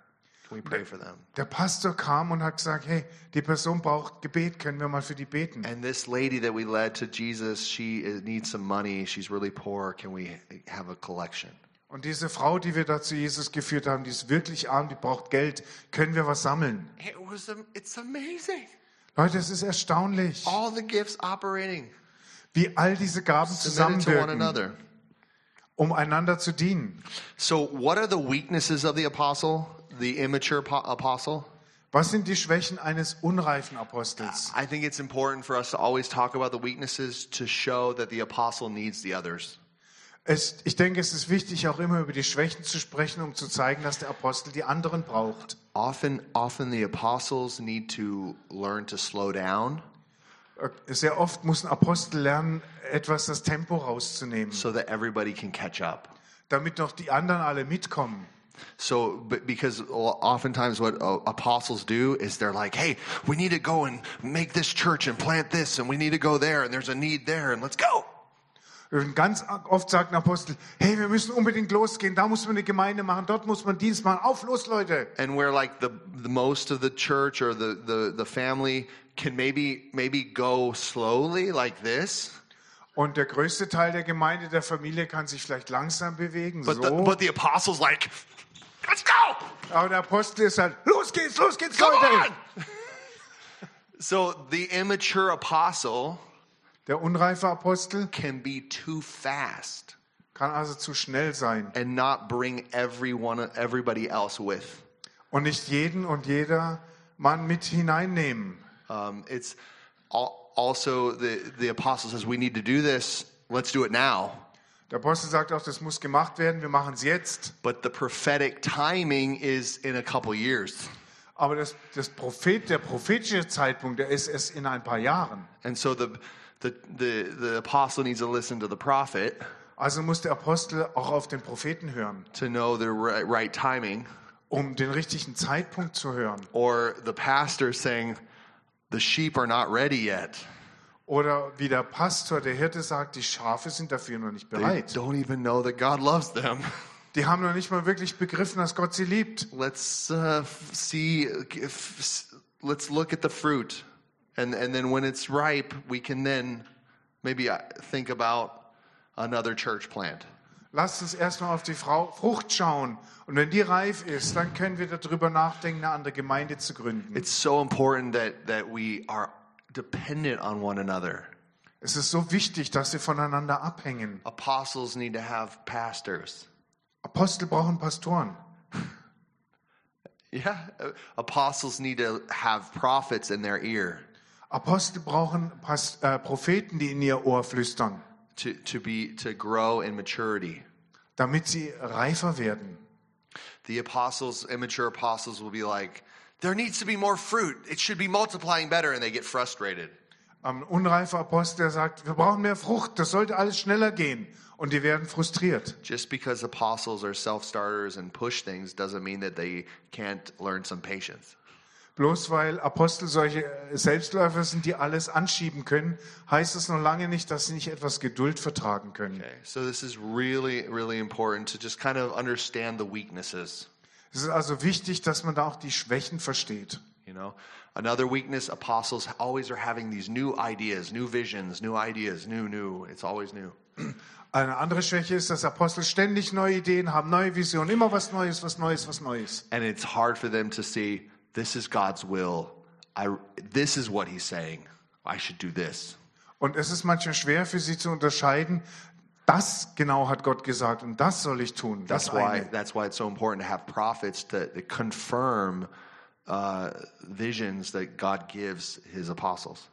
Speaker 1: can we pray for them
Speaker 2: Der Pastor kam und hat gesagt, hey, die Person braucht Gebet, können wir mal für die beten?
Speaker 1: and this lady that we led to jesus she is- needs some money she's really poor can we eh, have a collection
Speaker 2: Und diese Frau, die wir da zu Jesus geführt haben, die ist wirklich arm, die braucht Geld, können wir was sammeln?
Speaker 1: It was am- it's amazing.
Speaker 2: Leute, es ist erstaunlich,
Speaker 1: All the gifts operating
Speaker 2: wie all diese Gaben
Speaker 1: submitted to one
Speaker 2: zusammenwirken,
Speaker 1: another.
Speaker 2: um einander zu dienen.
Speaker 1: So, what are the weaknesses of the apostle, the immature po- apostle?
Speaker 2: Was sind die Schwächen eines unreifen Apostels?
Speaker 1: I think it's important for us to always talk about the weaknesses to show that the apostle needs the others.
Speaker 2: Es, ich denke, es ist wichtig, auch immer über die Schwächen zu sprechen, um zu zeigen, dass der Apostel die anderen braucht.
Speaker 1: Often, often the apostles need to learn to slow down
Speaker 2: Sehr oft muss ein Apostel lernen, etwas das Tempo rauszunehmen.
Speaker 1: so that everybody can catch up.
Speaker 2: damit noch die anderen alle mitkommen.
Speaker 1: So, but because oftentimes what uh, apostles do is they're like, hey, we need to go and make this church and plant this, and we need to go there, and there's a need there, and let's go.
Speaker 2: Und ganz oft sagt ein Apostel, hey, wir müssen unbedingt losgehen, da muss man eine Gemeinde machen, dort muss man Dienst machen, auf, los Leute.
Speaker 1: And where like the, the most of the church or the, the, the family can maybe maybe go slowly like this,
Speaker 2: Und der größte Teil der Gemeinde, der Familie kann sich vielleicht langsam bewegen,
Speaker 1: but the,
Speaker 2: so.
Speaker 1: but the apostles like, let's go.
Speaker 2: Aber der Apostel ist halt, los geht's, los geht's
Speaker 1: Come
Speaker 2: Leute.
Speaker 1: on. so the immature apostle
Speaker 2: Der unreife Apostel
Speaker 1: can be too fast
Speaker 2: kann also zu schnell sein
Speaker 1: and not bring everyone everybody else with.
Speaker 2: und nicht jeden und jeder Mann mit hineinnehmen.
Speaker 1: Um, it's al- also the the apostle says we need to do this. Let's do it now.
Speaker 2: Der Apostel sagt auch, das muss gemacht werden, wir machen es jetzt.
Speaker 1: But the prophetic timing is in a couple years.
Speaker 2: Aber das, das Prophet, der prophetische Zeitpunkt, der ist erst in ein paar Jahren.
Speaker 1: And so the the the, the apostle needs to listen to the prophet
Speaker 2: Also muss der Apostel auch auf den Propheten hören,
Speaker 1: to know the right, right timing,
Speaker 2: um den richtigen Zeitpunkt zu hören.
Speaker 1: or the pastor saying the sheep are not ready yet.
Speaker 2: Oder wie der Pastor, der Hirte sagt, die Schafe sind dafür noch nicht
Speaker 1: They
Speaker 2: bereit.
Speaker 1: don't even know that God loves them.
Speaker 2: Die haben noch nicht mal wirklich begriffen, dass Gott sie liebt.
Speaker 1: Let's uh, f- see. If, let's look at the fruit, and and then when it's ripe, we can then maybe uh, think about another church plant.
Speaker 2: Lasst uns erstmal auf die Frau Frucht schauen. Und wenn die reif ist, dann können wir darüber nachdenken, eine andere Gemeinde zu gründen.
Speaker 1: It's so important that that we are dependent on one another.
Speaker 2: Es ist so wichtig, dass wir voneinander abhängen.
Speaker 1: Apostles need to have pastors.
Speaker 2: Apostel brauchen Pastoren.
Speaker 1: Yeah, Uh, apostles need to have prophets in their ear
Speaker 2: Apostel brauchen Pas äh, Propheten, die in ihr Ohr flüstern,
Speaker 1: to to be to grow in maturity.
Speaker 2: damit sie reifer werden.
Speaker 1: the apostles, immature apostles, will be like, there needs to be more fruit. It should be multiplying better. And they get frustrated.
Speaker 2: Ein unreifer Apostel der sagt, wir brauchen mehr Frucht, das sollte alles schneller gehen. Und die werden frustriert.
Speaker 1: Just because apostles are self starters and push things doesn't mean that they can't learn some patience.
Speaker 2: Bloß weil Apostel solche äh, Selbstläufer sind, die alles anschieben können, heißt es noch lange nicht, dass sie nicht etwas Geduld vertragen können.
Speaker 1: Okay. So, this is really, really important to just kind of understand the weaknesses.
Speaker 2: Es ist also wichtig, dass man da auch die Schwächen versteht.
Speaker 1: You know, another weakness apostles always are having these new ideas, new visions, new ideas, new, new. It's always new.
Speaker 2: Eine andere Schwäche ist, dass Apostel ständig neue Ideen haben, neue Visionen, immer was Neues, was Neues, was Neues.
Speaker 1: And it's hard for them to see this is God's will. I, this is what he's saying. I should do this.
Speaker 2: Und es ist manchmal schwer für sie zu unterscheiden, das genau hat Gott gesagt und das soll ich tun. Das
Speaker 1: That's why.
Speaker 2: eine.
Speaker 1: That's why it's so important to have prophets to, to confirm uh, visions that God gives His apostles.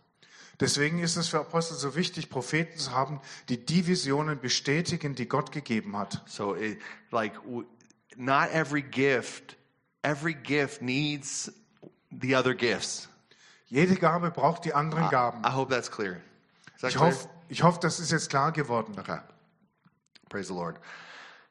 Speaker 2: Deswegen ist es für Apostel so wichtig, Propheten zu haben, die die Visionen bestätigen, die Gott gegeben hat.
Speaker 1: So, it, like, w- not every gift, every gift needs the other gifts.
Speaker 2: Jede Gabe braucht die
Speaker 1: Ah,
Speaker 2: anderen Gaben.
Speaker 1: I hope that's clear. Is that
Speaker 2: Ich
Speaker 1: clear?
Speaker 2: hoffe, ich hoffe, das ist jetzt klar geworden.
Speaker 1: Okay. Praise the Lord.